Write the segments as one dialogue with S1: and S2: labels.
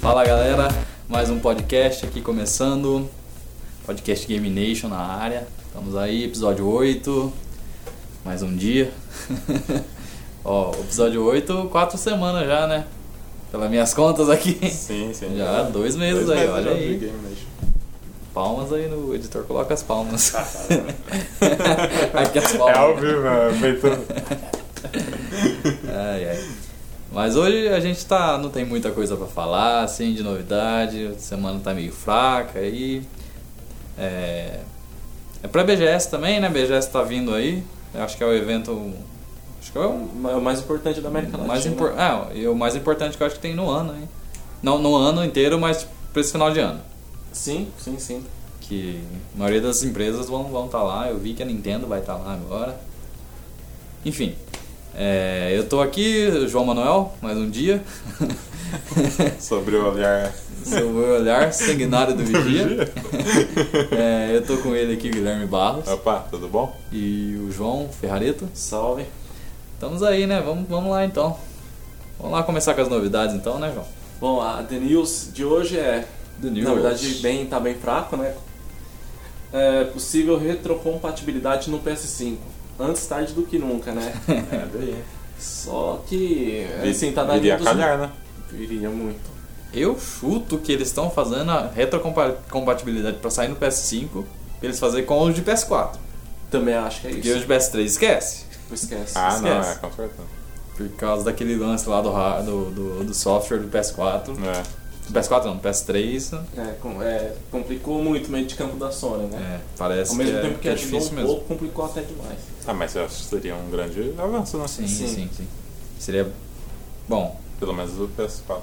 S1: Fala galera, mais um podcast aqui começando. Podcast Game Nation na área. Estamos aí, episódio 8. Mais um dia. Ó, episódio 8, quatro semanas já, né? Pelas minhas contas aqui.
S2: Sim, sim.
S1: Já dois meses aí, olha
S2: já
S1: aí.
S2: de Game Nation.
S1: Palmas aí no editor, coloca as palmas. aqui as palmas.
S2: É ao vivo, é feito-
S1: Ai, ai. Mas hoje a gente tá, não tem muita coisa pra falar, assim, de novidade. A semana tá meio fraca aí. É, é pra BGS também, né? BGS tá vindo aí. Eu acho que é o evento. Acho que é o
S3: É o mais importante da América Latina.
S1: mais, impor ah, e o mais importante que eu acho que tem no ano, hein? Não no ano inteiro, mas pra esse final de ano.
S3: Sim, sim, sim.
S1: Que a maioria das empresas vão estar vão tá lá. Eu vi que a Nintendo vai estar lá agora. Enfim, é, eu tô aqui, João Manuel, mais um dia.
S2: sobre o olhar.
S1: Seu olhar sanguinário do vigia.
S2: vigia.
S1: É, eu tô com ele aqui, Guilherme Barros.
S2: Opa, tudo bom?
S1: E o João Ferrareto.
S3: Salve.
S1: Estamos aí, né? Vamos, vamos lá então. Vamos lá começar com as novidades então, né, João?
S3: Bom, a The News de hoje é.
S1: The news.
S3: Na verdade, bem, tá bem fraco, né? É possível retrocompatibilidade no PS5. Antes tarde do que nunca, né?
S2: É, daí.
S3: Só que.
S1: é.
S2: Vi-
S3: Assim, tá na
S2: Viria
S3: linha dos-
S2: calhar, né?
S3: Viria muito.
S1: Eu chuto que eles estão fazendo a retrocompatibilidade pra sair no PS5, pra eles fazerem com os de PS4.
S3: Também acho que é
S1: Porque os
S3: isso.
S1: de PS3 esquece.
S3: Esquece.
S2: Ah, não,
S1: Esquece.
S2: é, com certeza.
S1: Por causa daquele lance lá do, ra- do, do, do software do PS4.
S2: É.
S1: Do PS4 não, do PS3.
S3: É, com- é, complicou muito o meio de campo da Sony, né?
S1: É, parece
S3: Ao mesmo
S1: que, é,
S3: tempo que,
S1: é
S3: ajudou
S1: difícil
S3: um
S1: mesmo.
S3: pouco, complicou até demais.
S2: Ah, mas eu acho que seria um grande avanço, né?
S1: Sim, sim,
S3: Sim.
S1: sim, Seria. Bom,
S2: Pelo menos do PS4.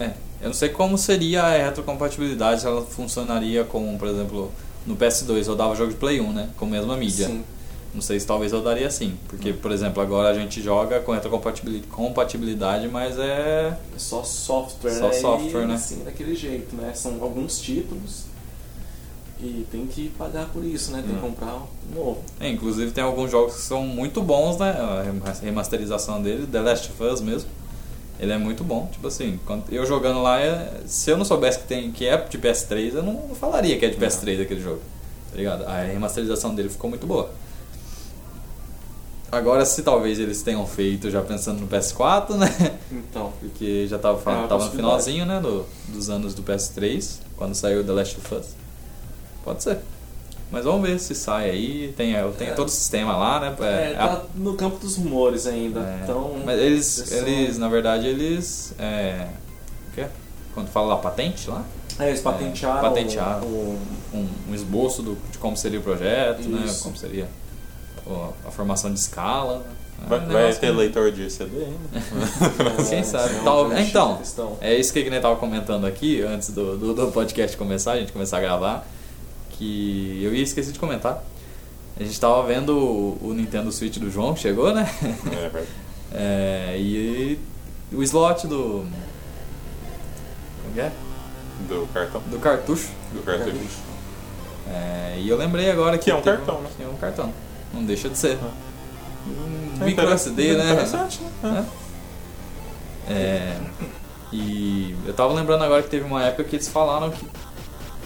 S1: é. Eu não sei como seria a retrocompatibilidade se ela funcionaria com, por exemplo, no PS2 rodava jogo de Play 1, né? Com a mesma mídia.
S3: Sim.
S1: Não sei se talvez rodaria assim. Porque, por exemplo, agora a gente joga com retrocompatibilidade, mas é.
S3: É só software,
S1: Só
S3: né?
S1: software,
S3: e,
S1: né?
S3: Assim, daquele jeito, né? São alguns títulos e tem que pagar por isso, né? Tem que
S2: Hum.
S3: comprar um novo.
S1: É, inclusive tem alguns jogos que são muito bons, né? A rema- remasterização dele, The Last of Us mesmo. Ele é muito bom, tipo assim, quando eu jogando lá, é- se eu não soubesse que, tem, que é de PS3, eu não falaria que é de PS3 aquele jogo. Tá ligado? A remasterização dele ficou muito boa. Agora, se talvez eles tenham feito já pensando no PS4, né?
S3: Então,
S1: Porque já tava,
S3: É
S1: falando,
S3: uma
S1: tava no
S3: possibilidade.
S1: finalzinho, né? do- dos anos do PS3, quando saiu The Last of Us. Pode ser. Mas vamos ver se sai aí. Tem, tem
S3: É.
S1: todo o sistema lá, né?
S3: é,
S1: é a-
S3: tá no campo dos rumores ainda.
S1: é.
S3: Então,
S1: Mas eles,
S3: pessoal-
S1: eles, na verdade, eles. É, o que é? Quando fala lá, patente lá?
S3: É, eles patentearam,
S1: patentearam.
S3: o-
S1: Um, um esboço do, de como seria o projeto, né?
S3: Isso.
S1: Como seria ó, a formação de escala. né? É um
S2: Vai, vai
S1: negócio
S2: ter
S1: que-
S2: leitor de CD ainda.
S3: o-
S1: Quem
S3: o-
S1: sabe?
S3: o-
S1: Tal-
S3: o-
S1: então,
S3: questão.
S1: É isso que a Guiné tava comentando aqui, antes do, do, do podcast começar, a gente começar a gravar, que eu ia esquecer de comentar. A gente tava vendo o, o Nintendo Switch do João, que chegou, né?
S2: É, vai.
S1: É, e o slot do. Como que é?
S2: Do cartão.
S1: Do cartucho.
S2: Do cartão.
S1: É, e eu lembrei agora que.
S2: Que é um
S1: teve-
S2: cartão, né?
S1: Que é um cartão. Não deixa de ser.
S2: Ah.
S1: Um
S2: É
S1: micro
S2: inter-
S1: SD, né?
S2: Interessante, né?
S1: É, e eu tava lembrando agora que teve uma época que eles falaram que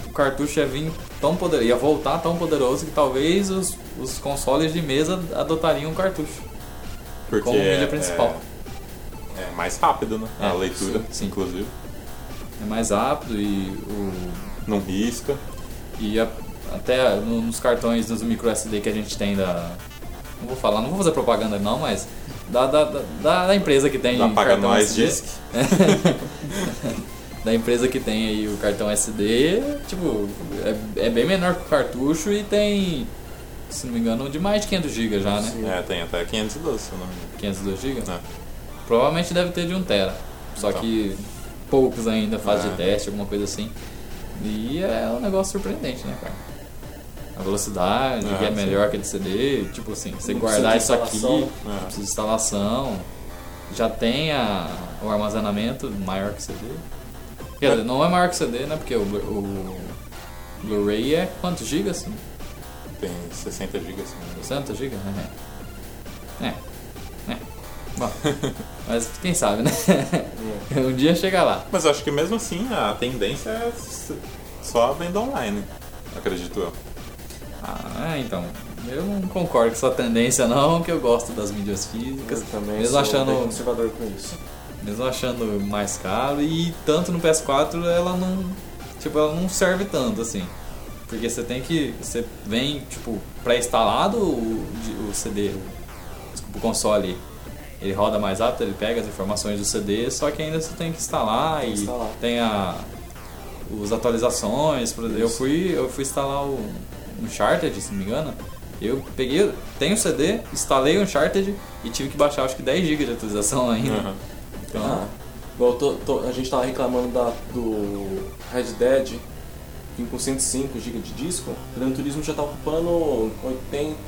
S1: o cartucho ia vir tão poderoso, ia voltar tão poderoso que talvez os, os consoles de mesa adotariam o cartucho.
S2: Porque
S1: Como mídia
S2: é-
S1: principal.
S2: É, é mais rápido, né?
S1: É,
S2: a leitura,
S1: sim, sim.
S2: inclusive.
S1: É mais rápido e o
S2: Não risca.
S1: e a- até no- nos cartões dos micro SD que a gente tem da não vou falar, não vou fazer propaganda não, mas da, da, da- da, da empresa que tem
S2: Dá paga
S1: cartão
S2: nós,
S1: SD.
S2: disc.
S1: da empresa que tem aí o cartão SD, tipo, é, é bem menor que o cartucho e tem, se não me engano, de mais de 500 GB já, né?
S2: É, tem até 512, se eu não me engano.
S1: 502 GB?
S2: É.
S1: Provavelmente deve ter de 1 tera. Só
S2: Então.
S1: que poucos ainda faz de
S2: É.
S1: teste, alguma coisa assim. E é um negócio surpreendente, né, cara? A velocidade,
S2: É,
S1: que é
S2: sim.
S1: melhor que a de CD, tipo assim, você
S3: Não
S1: guardar isso
S3: precisa de
S1: aqui,
S3: instalação.
S2: É.
S1: não precisa de instalação, já tem a- o armazenamento maior que CD. Quer dizer, não é maior que CD, né? Porque o, Blu- o Blu-ray é quantos gigas?
S2: é, Tem 60 GB, se não me engano.
S1: 60 gigas? né? É. É. Bom, mas quem sabe, né? um dia chega lá.
S2: Mas eu acho que mesmo assim a tendência é s- só a venda online, acredito eu.
S1: Ah, então. Eu não concordo com essa tendência não, que eu gosto das mídias físicas.
S3: Eu também
S1: mesmo
S3: sou bem
S1: achando, um
S3: conservador com isso.
S1: mesmo achando mais caro e tanto no PS4 ela não, tipo, ela não serve tanto assim. Porque você tem que você vem, tipo, pré-instalado o, de- o CD, o, desculpa, o console. Ele roda mais rápido, ele pega as informações do CD, só que ainda você tem que instalar e
S3: Instalar.
S1: tem a os atualizações, por exemplo, eu
S3: Isso.
S1: fui eu fui instalar o Uncharted, se não me engano. Eu peguei, tenho o CD, instalei o Uncharted e tive que baixar acho que 10 GB de atualização ainda.
S2: Uhum.
S1: Então,
S3: Ah, igual eu tô- tô- a gente tava reclamando da, do Red Dead vim com 105 GB de disco, o Gran Turismo já tá ocupando 80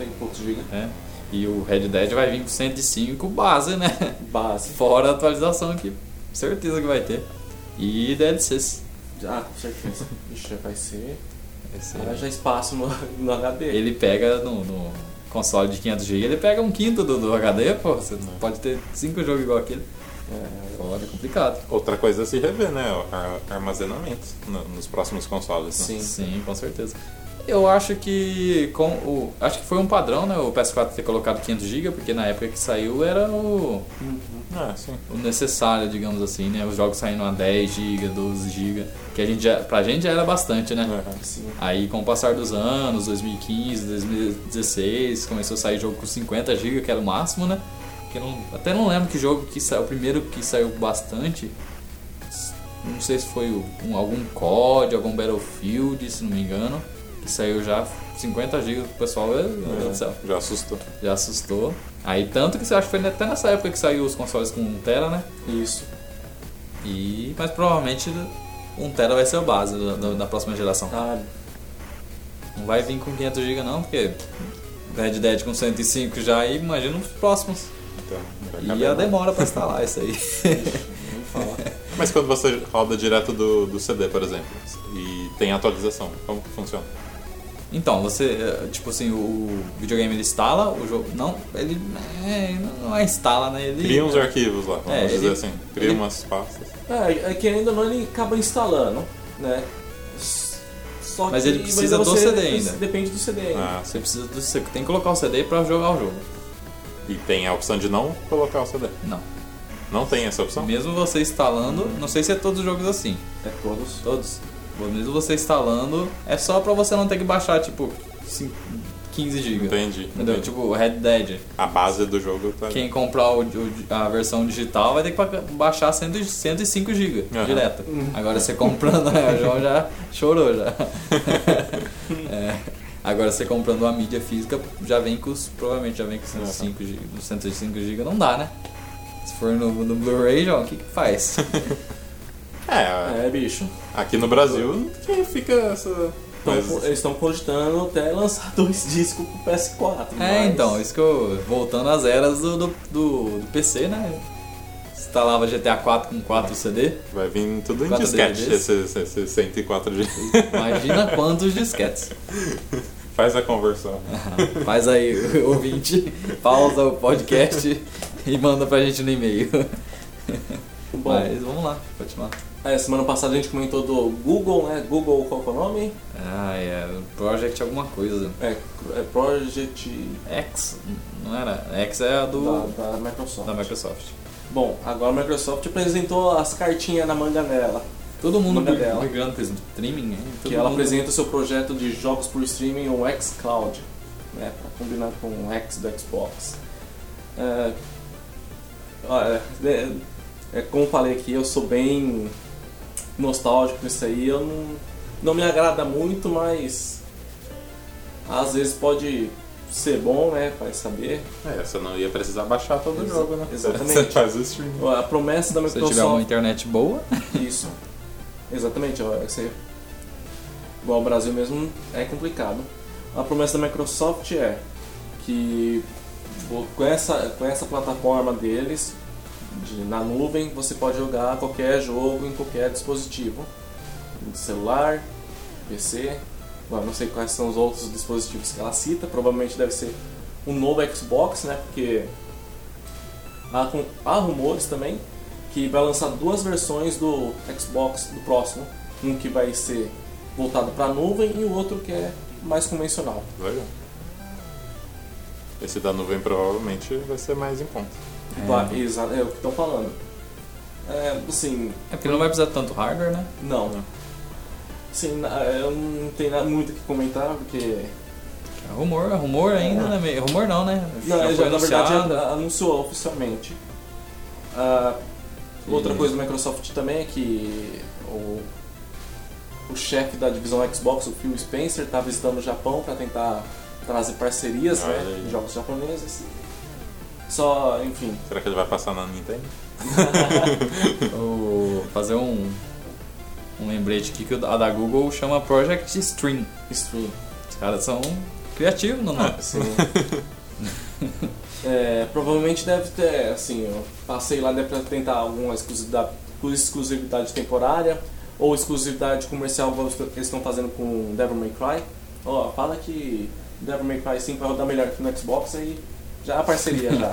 S3: e poucos GB
S1: é. E o Red Dead vai vir com 105 base, né?
S3: base.
S1: Fora a atualização que certeza que vai ter. E DLCs.
S3: Ah, com certeza. Ixi, vai ser.
S1: Esse-
S3: Vai já espaço no, no HD.
S1: ele pega no, no console de 500 GB, ele pega um quinto do, do HD, pô. Você pode ter 5 jogos igual aquele.
S3: É,
S1: Foda, complicado.
S2: Outra coisa a se rever, né? O ar- armazenamento no- nos próximos consoles. né?
S3: Sim.
S1: Sim, com certeza. Eu acho que com o acho que foi um padrão, né, o PS4 ter colocado 500 GB, porque na época que saiu era o,
S3: uhum,
S2: Ah, sim.
S1: o necessário, digamos assim, né, os jogos saindo a 10 GB, 12 GB, que a gente já, pra gente já era bastante, né?
S2: Uhum.
S3: sim.
S1: Aí com o passar dos anos, 2015, 2016, começou a sair jogo com 50 GB, que era o máximo, né? Que eu não, até não lembro que jogo que saiu, o primeiro que saiu bastante. Não sei se foi um- algum COD, algum Battlefield, se não me engano, que saiu já 50 GB pro pessoal, meu Deus do céu,
S2: Já assustou.
S1: já assustou. Aí tanto que você acha que foi até nessa época que saiu os consoles com 1 tera, né?
S3: Isso.
S1: E mas provavelmente 1 tera vai ser a base da- da- da próxima geração.
S3: Ah,
S1: Não vai vir com 500 GB não, porque Red Dead com 105 já aí, imagina os próximos.
S2: Então, vai
S1: E
S2: caber,
S1: a
S2: né?
S1: demora pra instalar isso aí.
S3: nem fala.
S2: Mas quando você roda direto do, do CD, por exemplo, e tem atualização, como que funciona?
S1: Então, você, eh, tipo assim, o videogame ele instala, o jogo não, ele é, não é instala, né? Ele
S2: Cria uns arquivos lá, vamos
S1: É, ele-
S2: dizer assim. Cria
S1: ele-
S2: umas pastas.
S3: É, é que ainda não ele acaba instalando, né? S- Só
S1: Mas
S3: que-
S1: ele precisa do CD ainda.
S3: Depende do CD ainda.
S2: Ah,
S1: Você precisa do você tem que colocar o CD pra jogar o jogo.
S2: e tem a opção de não colocar o CD.
S1: Não.
S2: Não tem essa opção?
S1: Mesmo você instalando,
S2: Hum.
S1: não sei se é todos os jogos assim.
S3: É todos.
S1: Todos. Mesmo você instalando, é só pra você não ter que baixar tipo cin- 15 GB.
S2: Entendi.
S1: Entendeu?
S2: entendi.
S1: Tipo Red Dead.
S2: a base do jogo tá.
S1: Quem comprar o- o- a versão digital vai ter que pa- baixar 100 105 GB
S2: Aham.
S1: direto.
S3: Uhum.
S1: Agora você comprando, né, o João já chorou já. É, agora você comprando a mídia física já vem com os, provavelmente já vem com 105 GB, 105 GB não dá, né? Se for no, no Blu-ray, João, o que que faz?
S2: É,
S3: É, bicho.
S2: aqui no Brasil que fica essa.
S3: Então,
S2: Mas,
S3: co- Eles estão cogitando até lançar dois discos pro PS4.
S1: É,
S3: mas-
S1: então, isso que eu. Voltando às eras do, do, do- do PC, né? Instalava GTA 4 com 4 CD.
S2: vai vir tudo em
S1: é- Quatro
S2: disquete,
S1: DVDs?
S2: esses esses 104 de.
S1: Imagina quantos disquetes.
S2: Faz a conversão.
S1: Faz aí, ouvinte, pausa o podcast e manda pra gente no e-mail.
S3: Bom,
S1: Mas vamos lá, continuar.
S3: é, semana passada a gente comentou do Google, né? Google, qual que é o nome?
S1: Ah, é. Project alguma coisa.
S3: É, é Project
S1: X, não era? X é a do.
S3: da, da Microsoft.
S1: Da, Microsoft.
S3: Bom, agora a Microsoft apresentou as cartinhas na manga dela.
S1: Todo mundo
S3: Manda
S1: bri-
S3: dela.
S1: brigando com esse streaming, né? Todo
S3: que ela
S1: mundo-
S3: apresenta o seu projeto de jogos por streaming, o xCloud, né, para combinar com o X do Xbox. É, olha, é, é, como eu falei aqui, eu sou bem nostálgico com isso aí, eu não, não me agrada muito, mas às vezes pode ser bom, né, vai saber.
S2: É, você não ia precisar baixar todo o
S3: Exa-
S2: jogo, né?
S3: exatamente.
S2: Você faz o stream.
S3: A promessa da
S1: Se tiver uma
S3: Microsoft
S1: internet boa,
S3: Isso. Exatamente, ó, esse- igual ao Brasil mesmo é complicado. A promessa da Microsoft é que o- com essa, com essa plataforma deles, de- na nuvem, você pode jogar qualquer jogo em qualquer dispositivo. Celular, PC, agora não sei quais são os outros dispositivos que ela cita, provavelmente deve ser um novo Xbox, né? Porque Há, com- há rumores também que vai lançar duas versões do Xbox do próximo. Um que vai ser voltado para nuvem e o outro que é mais convencional.
S2: Legal. Esse da nuvem provavelmente vai ser mais em conta.
S1: É.
S3: Vai- exa- É, o que estão falando. É, assim,
S1: É porque não vai precisar de tanto hardware, né?
S3: não. Sim, na- é, eu não tenho nada muito o que comentar, porque.
S1: É rumor, é rumor ainda, né? meio- Rumor não, né?
S3: Não, já, na verdade
S1: anunciado.
S3: já anunciou oficialmente. Ah, outra
S1: E-
S3: coisa da Microsoft também é que o, o chefe da divisão Xbox, o Phil Spencer, está visitando o Japão para tentar trazer parcerias, né,
S2: Olha aí.
S3: de jogos japoneses. Só, enfim,
S2: Será que ele vai passar na Nintendo?
S1: Vou fazer um, um lembrete aqui que o da- a da Google chama Project Stream.
S3: stream.
S1: Os caras são criativos no nome.
S3: Sim. É, provavelmente deve ter, assim, eu passei lá deve tentar alguma exclusividade, exclusividade temporária ou exclusividade comercial igual eles estão fazendo com Devil May Cry. Ó, fala que Devil May Cry 5 vai rodar melhor que no Xbox aí já é a parceria já.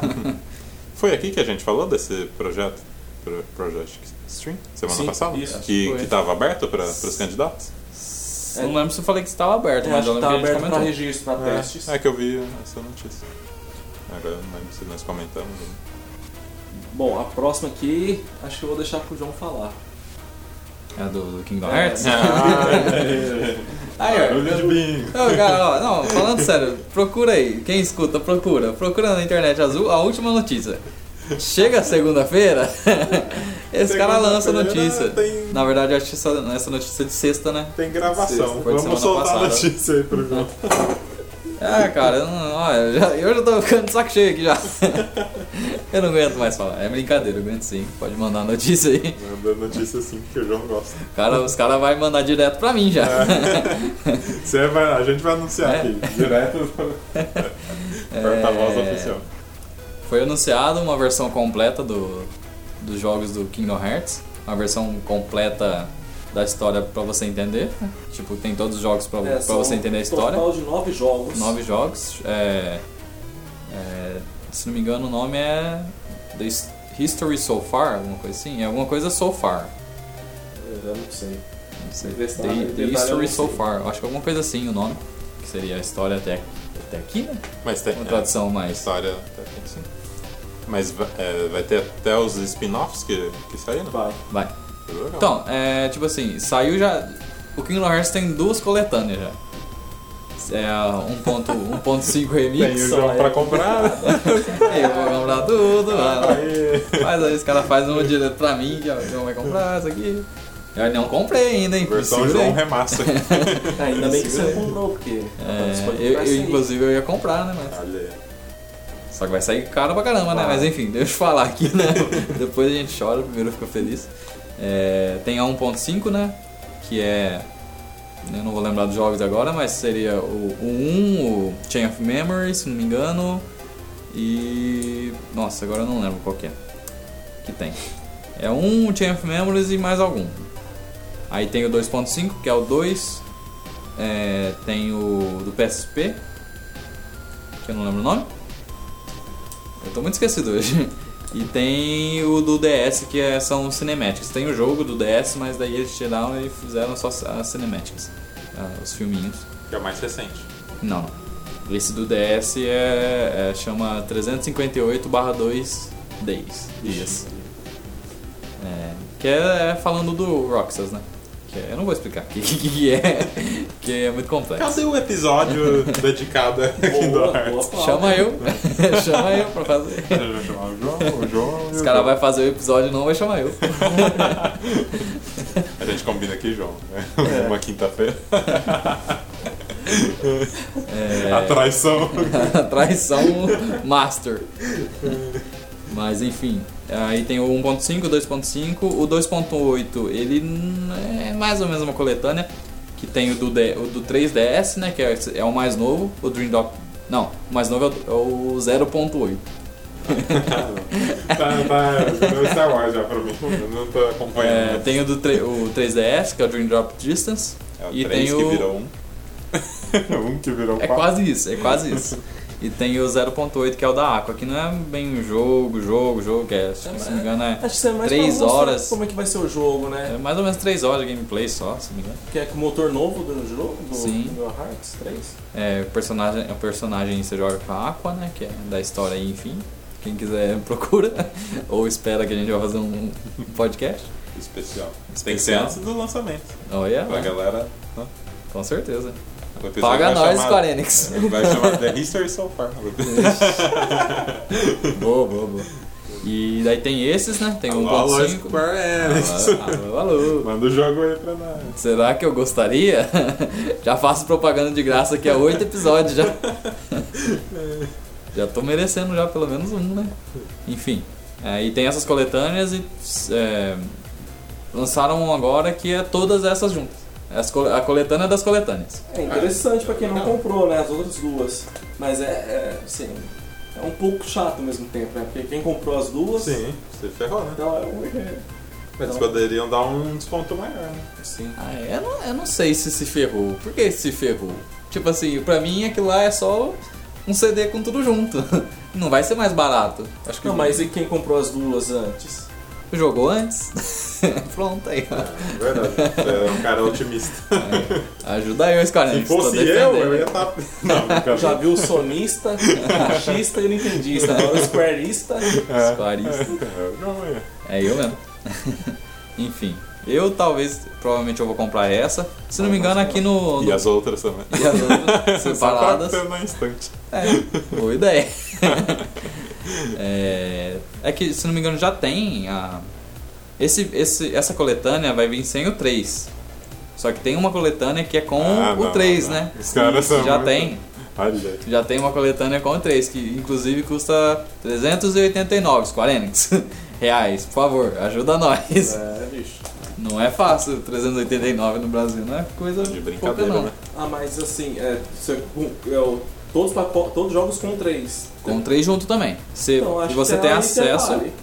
S2: Foi aqui que a gente falou desse projeto? Pro, Project Stream? Semana
S3: Sim,
S2: passada?
S3: isso.
S2: Que,
S1: Foi.
S2: que tava aberto para os candidatos?
S1: Eu Não lembro se eu falei que estava aberto,
S3: Eu
S1: mas
S3: acho
S1: eu
S3: que
S1: lembro
S3: tá
S1: que a gente
S3: aberto para
S1: comentou.
S3: registro, para
S2: É,
S3: testes.
S2: É, que eu vi essa notícia. Agora eu não lembro se nós comentamos. né?
S3: Bom, a próxima aqui acho que eu vou deixar pro João falar.
S1: É do, do Kingdom
S3: É.
S1: Hearts? é.
S2: Ah, é.
S1: Aí, ó.
S2: Barulho de bingo.
S1: Não, cara, ó, não, falando sério, procura aí. Quem escuta, procura. Procura na internet azul a última notícia. Chega segunda-feira, esse cara lança a
S2: Segunda-feira
S1: notícia.
S2: tem-
S1: Na verdade, eu acho que essa, essa notícia é de sexta, né?
S2: Tem
S1: Sexta, foi de semana passada.
S2: aí pro João.
S1: Ah, cara, eu não, olha, já- eu já tô ficando de saco cheio aqui já. Eu não aguento mais falar. É brincadeira, eu aguento sim. Pode mandar a notícia aí.
S2: Manda a notícia assim que o João gosta.
S1: Cara, os caras vão mandar direto pra mim já.
S2: É, Você vai, a gente vai anunciar
S1: É.
S2: aqui, direto no porta-voz
S1: É,
S2: oficial.
S1: Foi anunciada uma versão completa do, dos jogos do Kingdom Hearts. Uma versão completa da história pra você entender. Tipo, tem todos os jogos pra, pra
S3: É, são
S1: você entender a história.
S3: Um total de nove jogos.
S1: Nove jogos. é- é, se não me engano, o nome é The His- History So Far, alguma coisa assim. É alguma coisa So Far.
S3: É, Eu não sei.
S1: Não sei.
S3: Detalhe-
S1: The, The
S3: detalhe é eu não
S1: History
S3: sei.
S1: So Far. Eu Acho que alguma coisa assim o nome. Que seria a história até, até aqui, né?
S2: Mas tem
S1: Uma
S2: é,
S1: tradução mais.
S2: história. tá, tem sim. Mas va- é, vai ter até os spin-offs que, que saíram?
S3: Vai.
S1: Vai.
S2: Legal.
S1: Então, é tipo assim, saiu já. O Kingdom Hearts tem duas coletâneas já. É a 1.1, 1.5
S2: Tem o
S1: remix.
S2: João
S3: é.
S2: pra comprar. tá
S1: Aí eu vou comprar tudo. vai lá.
S2: Aê.
S1: Mas aí os caras fazem uma direto pra mim, é já não vai comprar isso aqui. Eu não comprei ainda, hein?
S2: Versão
S1: segura aí.
S2: João Remaster.
S3: É, Ainda bem que você
S2: Segura aí.
S3: comprou, porque. tá
S1: É,
S3: disponível
S1: eu,
S3: pra
S1: eu,
S3: sair.
S1: inclusive eu ia comprar, né? Mas...
S2: Olha aí.
S1: Só que vai sair caro pra caramba, né?
S3: Vai.
S1: Mas enfim, deixa eu falar aqui, né? Depois a gente chora, primeiro fica feliz. É, tem a 1.5, né? Que é. Eu não vou lembrar dos jogos agora, mas seria o, um, o 1, o Chain of Memory, se não me engano. E. Nossa, agora eu não lembro qual que é. Que tem. É um Chain of Memories e mais algum. Aí tem o 2.5, que é o 2. É, tem o do PSP, que eu não lembro o nome. Eu tô muito esquecido hoje. E tem o do DS, que é- são cinemáticas. Tem o jogo do DS, mas daí eles tiraram e fizeram só as cinemáticas. ah, Os filminhos.
S2: Que é o mais recente.
S1: Não. Esse do DS é, é- chama 358 2 Days. Dias. É, que é, é falando do Roxas, né? Que é- eu não vou explicar o que, que, que é, que é muito complexo.
S2: Cadê o um episódio dedicado a Kingdom
S3: Boa, boa
S2: Hearts?
S3: fala.
S1: Chama eu, chama eu pra fazer.
S2: Eu vou chamar o João, o João. e
S1: Os
S2: o
S1: caras
S2: João.
S1: vão fazer o episódio e não vai chamar eu.
S2: A gente combina aqui, João. né?
S3: É.
S2: Uma quinta-feira.
S1: É,
S2: A traição.
S1: Traição Master. Mas enfim, aí tem o 1.5, o 2.5, o 2.8 ele n- é mais ou menos uma coletânea que tem o do, D- o do 3DS, né, que é, esse- é o mais novo, o Dream Dock. Não, o mais novo é o- é o 0.8.
S2: tá, tá. é Star Wars já pra mim. Eu não tô
S1: É,
S2: acompanhando.
S1: tem o do tre- o 3DS, que é o Dream Drop Distance.
S2: É o
S1: e
S2: três
S1: tem
S2: que
S1: o-
S2: virou um. um que virou
S1: É
S2: quatro.
S1: quase isso, é quase isso. E tem o 0.8 que é o da Aqua, que não é bem um jogo, jogo, jogo, que é, se
S3: É,
S1: não
S3: mas-
S1: me engano é.
S3: Acho que isso é mais
S1: Três
S3: pra mostrar
S1: horas.
S3: como é que vai ser o jogo, né?
S1: É mais ou menos 3 horas de gameplay só, se não me engano.
S3: Que é com o motor novo do jogo, do,
S1: Sim.
S3: do Hearts 3.
S1: É, o personagem, o personagem você joga com a Aqua, né? Que é da história aí, enfim. Quem quiser procura. ou espera que a gente vai fazer um podcast.
S2: Especial. Tem que ser
S1: Especial.
S2: antes do lançamento.
S1: Olha,
S2: Pra galera. né?
S1: com certeza.
S2: O episódio
S1: Paga
S2: vai
S1: nós,
S2: chamar- É,
S1: Square Enix.
S2: Vai chamar The History So Far.
S1: boa, boa, boa. E daí tem esses, né? Tem o
S2: Alô, alô,
S1: 1.5.
S2: Square
S1: Ah,
S2: Enix.
S1: Alô, alô.
S2: Manda o jogo aí pra nós.
S1: Será que eu gostaria? já faço propaganda de graça aqui há oito episódios já. já tô merecendo já pelo menos um, né? Enfim. É, e tem essas coletâneas e é, lançaram um agora que é todas essas juntas. É As col- a coletânea das coletâneas.
S3: É interessante pra quem não
S2: Não.
S3: comprou, né? As outras duas. Mas é, é, assim, é um pouco chato ao mesmo tempo, né? Porque quem comprou as duas.
S2: Sim, você ferrou, né?
S3: Então é um.
S2: Eles
S3: Então-
S2: poderiam dar um desconto maior, né?
S3: Sim.
S1: Ah, eu não, eu não sei se se ferrou. Por que se ferrou? Tipo assim, pra mim aquilo lá é só um CD com tudo junto. Não vai ser mais barato. Acho que
S3: Não, mas e quem comprou as duas antes?
S1: jogou antes. Pronto é aí. ó.
S2: Verdade. Você é um cara otimista.
S1: Ajuda aí, Square
S2: Se
S1: Enix. tô
S2: fosse eu,
S1: defendendo.
S2: eu ia estar. Não, nunca É.
S3: Já viu o sonista, cachista e nintendista. Agora o squareista.
S2: É.
S1: Squarista.
S2: Eu não ia.
S1: É eu mesmo. Enfim, eu talvez, provavelmente eu vou comprar essa. Se não me engano, aqui no. no-
S2: E as outras também.
S1: e as outras separadas.
S2: Só pra ter no instante.
S1: É, boa ideia. é, é que, se não me engano, já tem a. Esse, esse, essa coletânea vai vir sem o 3. Só que tem uma coletânea que é com
S2: Ah,
S1: o
S2: não,
S1: 3,
S2: não.
S1: né?
S2: Os caras são
S1: já
S2: muito-
S1: tem.
S2: Olha.
S1: Já tem uma coletânea com 3, que inclusive custa 389, Square Enix, reais. Por favor, ajuda nós.
S3: É, bicho.
S1: Não é fácil, 389 no Brasil, não é coisa
S2: De brincadeira,
S1: pouca, não.
S2: né?
S3: Ah, mas assim, é, você, é, o- todos, os paco- todos os jogos com três.
S1: Com 3 junto também. Se,
S3: Então, acho
S1: e você
S3: que
S1: tem
S3: aí
S1: acesso.
S3: você vale.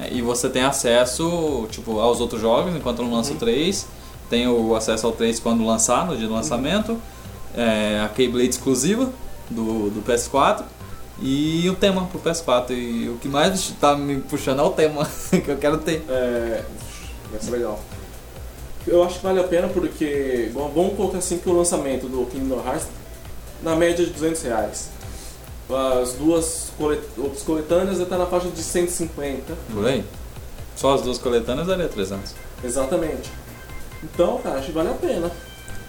S1: É, E você tem acesso, tipo, aos outros jogos enquanto não
S3: Uhum.
S1: lança o 3. Tem o acesso ao 3 quando lançar, no dia do lançamento. É, a Keyblade exclusiva do, do PS4. E o tema pro PS4. E o que mais tá me puxando é o tema que eu quero ter.
S3: É, vai ser legal. Eu acho que vale a pena porque, bom, vamos colocar assim que o lançamento do Kingdom Hearts na média de 200 reais. As duas colet outras coletâneas já tá na faixa de 150,
S1: Por aí. Só as duas coletâneas ali é 300.
S3: exatamente. Então, cara, acho que vale a pena.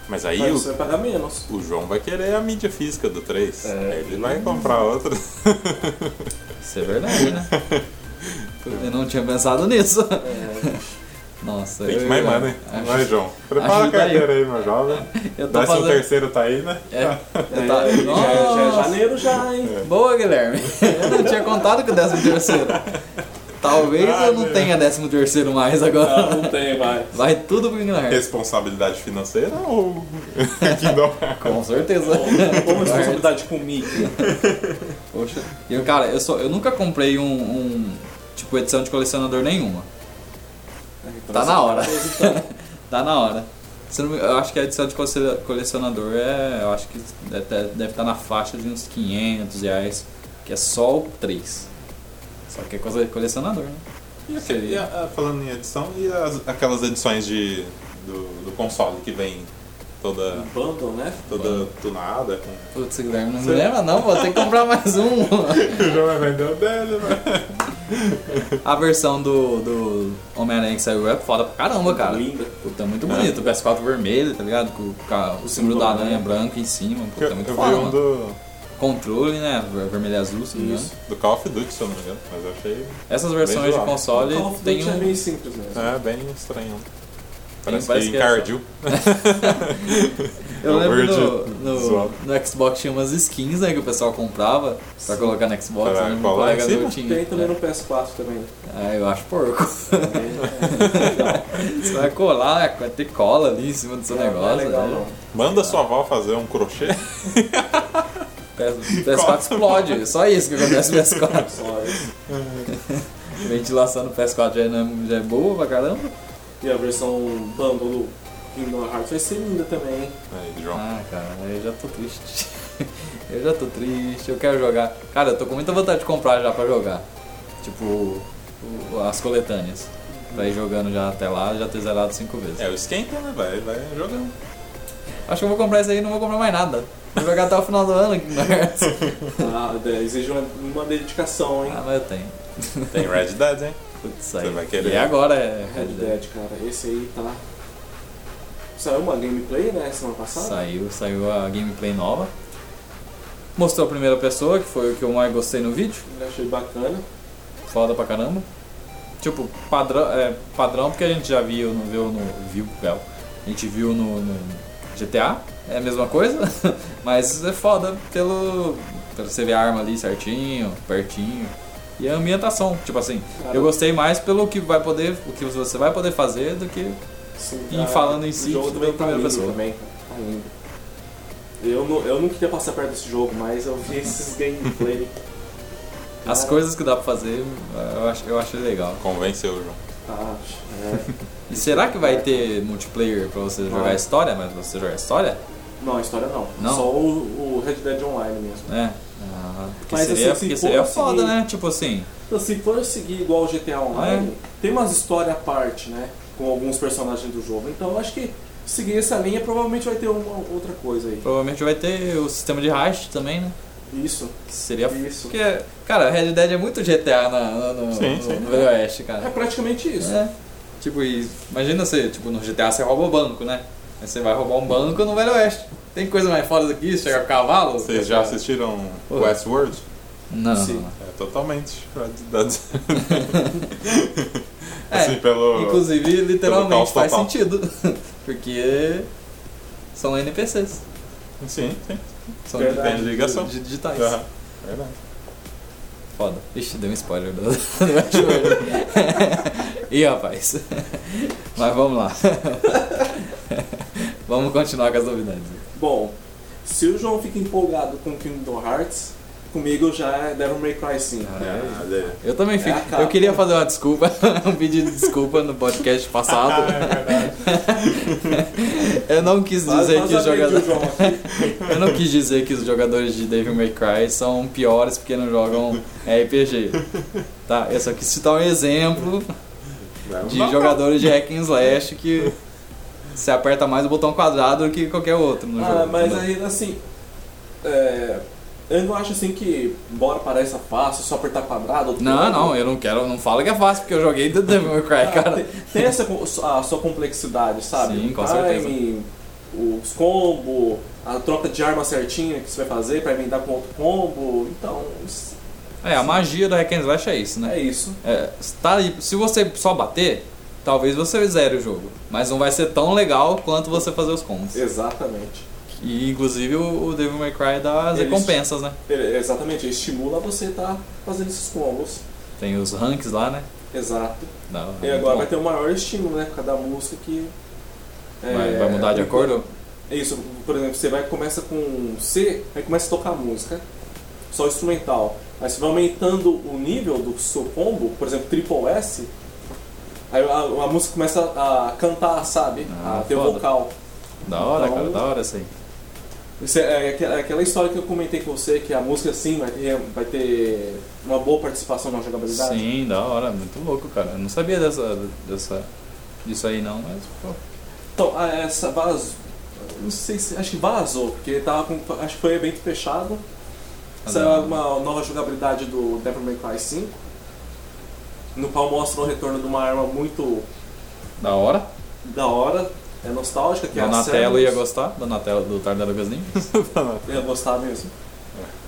S2: Mas aí
S3: Mas
S2: o,
S3: você vai pagar menos.
S2: o João vai querer a mídia física do 3.
S3: É.
S2: Ele vai comprar outra.
S1: Isso é verdade, né? Eu não tinha pensado nisso.
S3: É,
S1: Nossa,
S2: Tem que
S1: eu-
S2: mais né? mano, hein?
S1: É. acho-
S2: Vai, João. Prepara a
S1: ajuda aí.
S2: carteira aí, meu jovem.
S1: Eu tô
S2: Décimo
S1: fazendo.
S2: terceiro tá aí, né?
S1: É, eu tá...
S3: é, já, já é
S1: Nossa!
S3: janeiro já, hein?
S1: Boa, Guilherme. Eu não tinha contado com o 13 terceiro. Talvez
S2: Ah,
S1: eu não
S2: meu. Ah.
S1: tenha 13 terceiro mais agora.
S3: Não, não tem mais.
S1: Vai tudo pro Guilherme.
S2: É. Responsabilidade financeira ou Kingdom Hearts?
S1: Com certeza.
S3: Como responsabilidade com o Mickey.
S1: Poxa. E, cara, eu, só, eu nunca comprei um, um, tipo, edição de colecionador nenhuma. Tá na hora. Tá na hora. Se não me- Eu acho que a edição de cole- colecionador é. Eu acho que deve tá- deve estar na faixa de uns 500 reais, que é só o 3. Só que é cole- colecionador, né?
S2: E aquele- e a- a- falando em edição, e as- aquelas edições de, do, do console que vem toda,
S3: Bundle, né?
S2: toda tunada? com-
S1: Putz, Guilherme, não me lembra não, vou ter que comprar mais um.
S2: O João vai vender o dele, né? mano.
S1: A versão do, do Homem-Aranha que saiu é foda pra caramba, cara.
S3: Linda.
S1: Puta,
S2: É.
S1: muito bonito. O PS4 vermelho, tá ligado? Com, o ca- o símbolo da aranha branco em cima.
S2: Eu,
S1: Puta,
S2: né? eu
S1: Tá muito
S2: vi
S1: foda,
S2: um
S1: mano.
S2: do,
S1: Controle, né? ver- Vermelho e azul, se não me engano.
S3: Isso.
S2: do Call of Duty, se eu não me engano, mas eu achei
S1: Essas versões de
S2: zoado.
S1: console
S3: Call of Duty
S1: tem
S3: é
S1: um...
S3: meio simples mesmo.
S2: é, bem estranho. Parece,
S1: parece
S2: que
S1: que é
S2: encardiu.
S1: Eu lembro no,
S2: verde
S1: no,
S2: zoado.
S1: no Xbox tinha umas skins, né? Que o pessoal comprava pra colocar no Xbox.
S2: Pra
S1: né, um
S2: colar em
S1: colega
S2: cima?
S1: meu tinha.
S3: Tem também no PS4 também.
S1: Ah, eu acho porco.
S3: É,
S1: Você vai colar, é, vai ter cola ali em cima do seu
S3: não,
S1: negócio.
S3: não é legal,
S1: né?
S3: não.
S2: Manda sua avó fazer um crochê.
S1: PS- PS4 explode, só isso que acontece no PS4.
S3: Só isso.
S1: Ventilação no PS4 já, não é, já é boa pra caramba.
S3: E a versão bundle do Kingdom Hearts vai ser linda também, hein?
S2: Aí, João.
S1: Ah, cara, aí eu já tô triste. Eu já tô triste, eu quero jogar. Cara, eu tô com muita vontade de comprar já pra jogar. Tipo, o- as coletâneas. Pra ir jogando já até lá, já ter zerado cinco vezes.
S2: É, o esquenta, né? Vai, vai
S1: um
S2: jogando.
S1: Acho que eu vou comprar isso aí e não vou comprar mais nada. Vou jogar até o final do ano. que merda.
S3: Ah, é, exige uma, uma dedicação, hein?
S1: ah, mas eu tenho.
S2: Tem Red Dead, hein?
S1: Putz, aí.
S2: Você vai querer.
S1: E agora é
S3: Red Dead, cara. Esse aí tá. Saiu uma gameplay, né? Semana passada?
S1: Saiu, saiu a gameplay nova. Mostrou a primeira pessoa, que foi o que eu mais gostei no vídeo.
S3: Eu Achei bacana.
S1: Foda pra caramba. Tipo, padrão, é, padrão porque a gente já viu no. Viu no viu, Bel. A gente viu no, no GTA, é a mesma coisa, mas é foda pelo. pelo você ver a arma ali certinho, pertinho. E a ambientação, tipo assim,
S3: Cara,
S1: eu gostei mais pelo que vai poder. O que você vai poder fazer do que.
S3: Sim,
S1: E falando em
S3: o
S1: si,
S3: jogo
S1: tudo
S3: também
S1: em
S3: tá
S1: primeira
S3: lindo
S1: pessoa.
S3: também, cara. Tá lindo. Eu não, eu não queria passar perto desse jogo, mas eu vi esses gameplay.
S1: As
S3: Cara,
S1: coisas que dá pra fazer, eu acho, eu acho legal.
S2: Convenceu, João.
S3: Tá, é.
S1: E será que vai ter multiplayer pra você jogar
S3: Vai.
S1: história? Mas você jogar história?
S3: Não, a história não.
S1: Não?
S3: Só o, o Red Dead Online mesmo.
S1: É. Ah, porque
S3: Mas,
S1: seria,
S3: assim,
S1: porque
S3: se for
S1: seria
S3: seguir-
S1: foda, né? Tipo assim,
S3: Então, se for seguir igual o GTA Online,
S1: É.
S3: tem umas histórias à parte, né? Com alguns personagens do jogo. Então eu acho que seguir essa linha provavelmente vai ter uma outra coisa aí.
S1: provavelmente vai ter o sistema de raste também, né?
S3: Isso.
S1: Que seria foda.
S3: Isso.
S1: Porque, cara, Red Dead é muito GTA na, na- no,
S2: Sim,
S1: no-
S2: sim.
S1: no Velho Oeste,
S3: É
S1: cara.
S3: praticamente isso.
S1: É. Tipo, e imagina você, tipo, no GTA você rouba o banco, né? Aí você vai roubar um banco no Velho Oeste. Tem coisa mais foda do que isso? Chegar com cavalo?
S2: Vocês já assistiram
S1: Oi.
S2: Westworld?
S1: Não.
S3: Sim.
S2: É totalmente Red Dead.
S1: É,
S2: assim, pelo.
S1: Inclusive,
S2: caos
S1: literalmente faz
S2: total.
S1: sentido. Porque são NPCs.
S2: Sim, sim.
S1: São
S3: Verdade.
S2: Tem ligação.
S1: di- digitais.
S2: Aham, Verdade.
S1: Foda. Ixi, dei um spoiler do do Watchword. Ih, rapaz. Mas vamos lá. vamos continuar com as novidades.
S3: Bom, se o João fica empolgado com Kingdom Hearts, comigo já é Devil May Cry né? 5.
S1: Ah,
S2: Ah, daí-
S1: Eu também fico.
S3: É a capa.
S1: eu queria fazer uma desculpa, um pedido de desculpa no podcast
S2: Ah,
S1: passado.
S2: é verdade.
S1: Eu não quis dizer
S3: Mas-
S1: que os
S3: mas aprende
S1: jogadores.
S3: o João aqui.
S1: Eu não quis dizer que os jogadores de Devil May Cry são piores porque não jogam RPG. Tá? Eu só quis citar um exemplo
S2: Não,
S1: de
S2: não.
S1: jogadores de hack and slash que você aperta mais o botão quadrado do que qualquer outro no
S3: Ah,
S1: jogo.
S3: mas
S1: entendeu?
S3: aí, assim, é, eu não acho assim que, embora pareça fácil, só apertar quadrado...
S1: Não, não, eu não quero, não fala que é fácil porque eu joguei The Devil May
S3: Ah,
S1: Cry, cara.
S3: Tem, tem essa, co- a sua complexidade, sabe?
S1: Sim, com
S3: O timing, Os combos, a troca de arma certinha que você vai fazer pra emendar com outro combo. Então, s-
S1: É, a magia do hack and slash é isso, né?
S3: é isso.
S1: É, tá aí- se você só bater, talvez você zere o jogo, mas não vai ser tão legal quanto você fazer os combos.
S3: Exatamente.
S1: E inclusive o o Devil May Cry dá as
S3: Eles-
S1: recompensas, né?
S3: É, Exatamente, estimula você estar fazendo esses combos.
S1: Tem os ranks lá, né?
S3: Exato.
S1: Dá-
S3: E
S1: Ah, muito
S3: agora
S1: bom.
S3: vai ter um maior estímulo, né? Por causa da música que.
S1: Vai- vai mudar de acordo?
S3: É isso, por exemplo, você vai começa com C, aí começa a tocar música, só instrumental. Aí você vai aumentando o nível do seu combo, por exemplo, Triple S, aí a, a música começa a cantar, sabe?
S1: Ah,
S3: a ter o
S1: foda.
S3: vocal.
S1: Da hora,
S3: Então-
S1: cara, da hora isso aí.
S3: Isso é, é aquela- é aquela história que eu comentei com você, que a música sim vai ter, vai ter uma boa participação na jogabilidade.
S1: Sim, da hora, muito louco, cara. Eu não sabia dessa, dessa, disso aí não, mas pô,
S3: Então, a- essa vazou. Não sei se. Acho que vazou, porque tava com. Acho que foi evento fechado. Essa é
S1: Ah,
S3: uma nova jogabilidade do Devil May Cry 5. No qual mostra o retorno de uma arma muito
S1: da hora.
S3: da hora, é nostálgica, que é a
S1: Donatello ia
S3: Cerberus.
S1: gostar, Donatello do Tartarugas Ninjas.
S3: Ia gostar mesmo.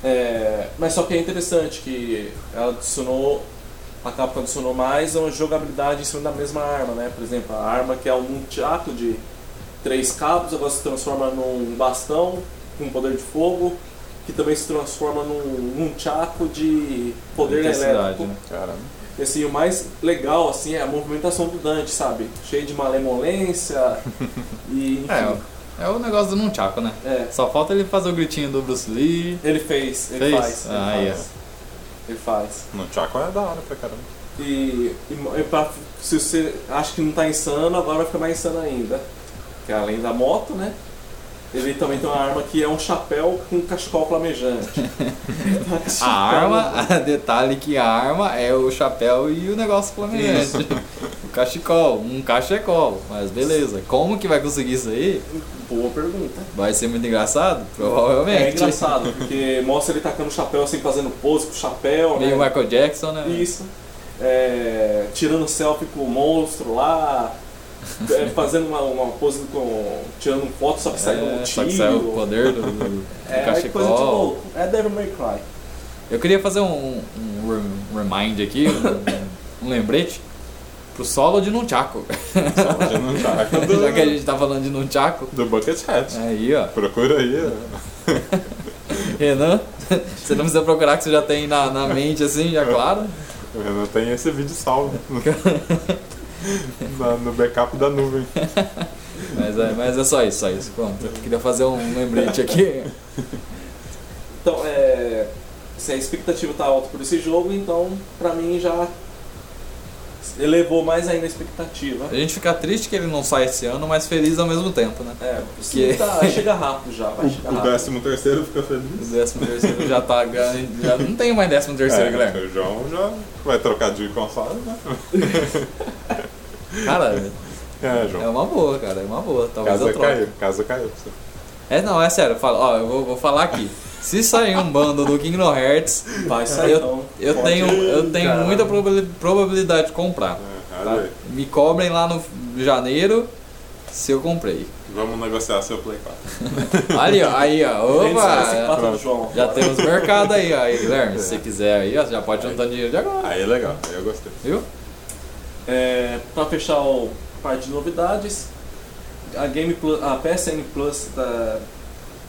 S3: É, mas só que é interessante que ela adicionou. A Capcom adicionou mais uma jogabilidade em cima da mesma arma, né? Por exemplo, a arma que é um teatro de três cabos, agora se transforma num bastão com poder de fogo, que também se transforma num, num teatro de poder
S1: Intensidade,
S3: elétrico.
S1: né?
S2: Caramba.
S3: E assim, o mais legal assim é a movimentação do Dante, sabe? Cheio de malemolência e enfim.
S1: É, o- é o negócio do Nunchaku, né?
S3: É,
S1: Só falta ele fazer o gritinho do Bruce Lee.
S3: ele fez, ele
S1: Fez?
S3: faz. Ele
S1: Ah,
S3: faz.
S1: yes.
S3: Ele faz.
S2: No Chaco é da hora pra caramba.
S3: E, e- e pra- se você acha que não tá insano, agora vai ficar mais insano ainda. Que além da moto, né? Ele também tem uma arma que é um chapéu com um cachecol flamejante. Então, é
S1: A
S3: tipo,
S1: arma, detalhe que a arma é o chapéu e o negócio flamejante. O cachecol, um cachecol, mas beleza. Como que vai conseguir isso aí?
S3: Boa pergunta.
S1: Vai ser muito engraçado? Provavelmente.
S3: É engraçado, porque mostra ele tacando o chapéu assim, fazendo pose com o chapéu,
S1: Meio
S3: né?
S1: Michael Jackson, né?
S3: Isso. É, tirando selfie com o monstro lá, é, fazendo uma, uma pose com. tirando foto só que saiu
S1: É,
S3: um tiro.
S1: só que saiu o poder do, do
S3: É
S1: cachecol.
S3: coisa de louco. É Devil May Cry.
S1: Eu queria fazer um, um rem- remind aqui, um- um, lembrete, pro solo de Nunchaku.
S2: Já não tá.
S1: Já que a
S2: Do,
S1: gente É. tá falando de Nunchaku.
S2: do Bucket Hat.
S1: Aí, ó.
S2: Procura aí.
S1: Renan, você não precisa procurar que você já tem na, na mente assim, já claro.
S2: Eu não tenho esse vídeo salvo. Na- no backup da nuvem.
S1: Mas é, mas é só isso, só isso. Pronto, eu queria fazer um lembrete aqui.
S3: Então, é, se a expectativa tá alta por esse jogo, então pra mim já elevou mais ainda a expectativa.
S1: A gente fica triste que ele não sai esse ano, mas feliz ao mesmo tempo, né?
S3: É, porque
S1: Que-
S3: tá, chega rápido já, vai
S1: Ah
S3: chegar
S2: O
S3: rápido.
S2: décimo terceiro fica
S1: O
S2: feliz.
S1: décimo terceiro já tá ganho, já não tem mais décimo terceiro,
S2: é,
S1: Guilherme.
S2: o João já vai trocar de console, né?
S1: Cara,
S2: É,
S1: é
S2: João.
S1: uma boa, cara, é uma boa. Talvez
S2: casa
S1: eu troque.
S2: caiu, casa caiu. pra você.
S1: É, não, é sério. eu falo- ó, eu vou, vou falar aqui. Se sair um bando do Kingdom Hearts,
S3: Vai sair
S1: É. Eu-
S3: então.
S1: eu
S3: Pode
S1: tenho,
S3: ir,
S1: eu tenho
S3: cara.
S1: muita probali- probabilidade de comprar.
S2: É,
S1: tá?
S2: olha aí.
S1: Me cobrem lá no janeiro se eu comprei.
S2: Vamos negociar seu Play 4.
S1: Ali, ó, aí, ó.
S3: Gente, esse
S1: Opa!
S3: pato do João.
S1: Já tá temos mercado aí, ó. Aí, Guilherme, se você quiser aí, ó, você já pode juntar dinheiro de agora.
S2: Aí é legal, aí eu gostei.
S1: Viu?
S3: É, pra fechar o parte de novidades, a Game Plus, a PSN Plus tá.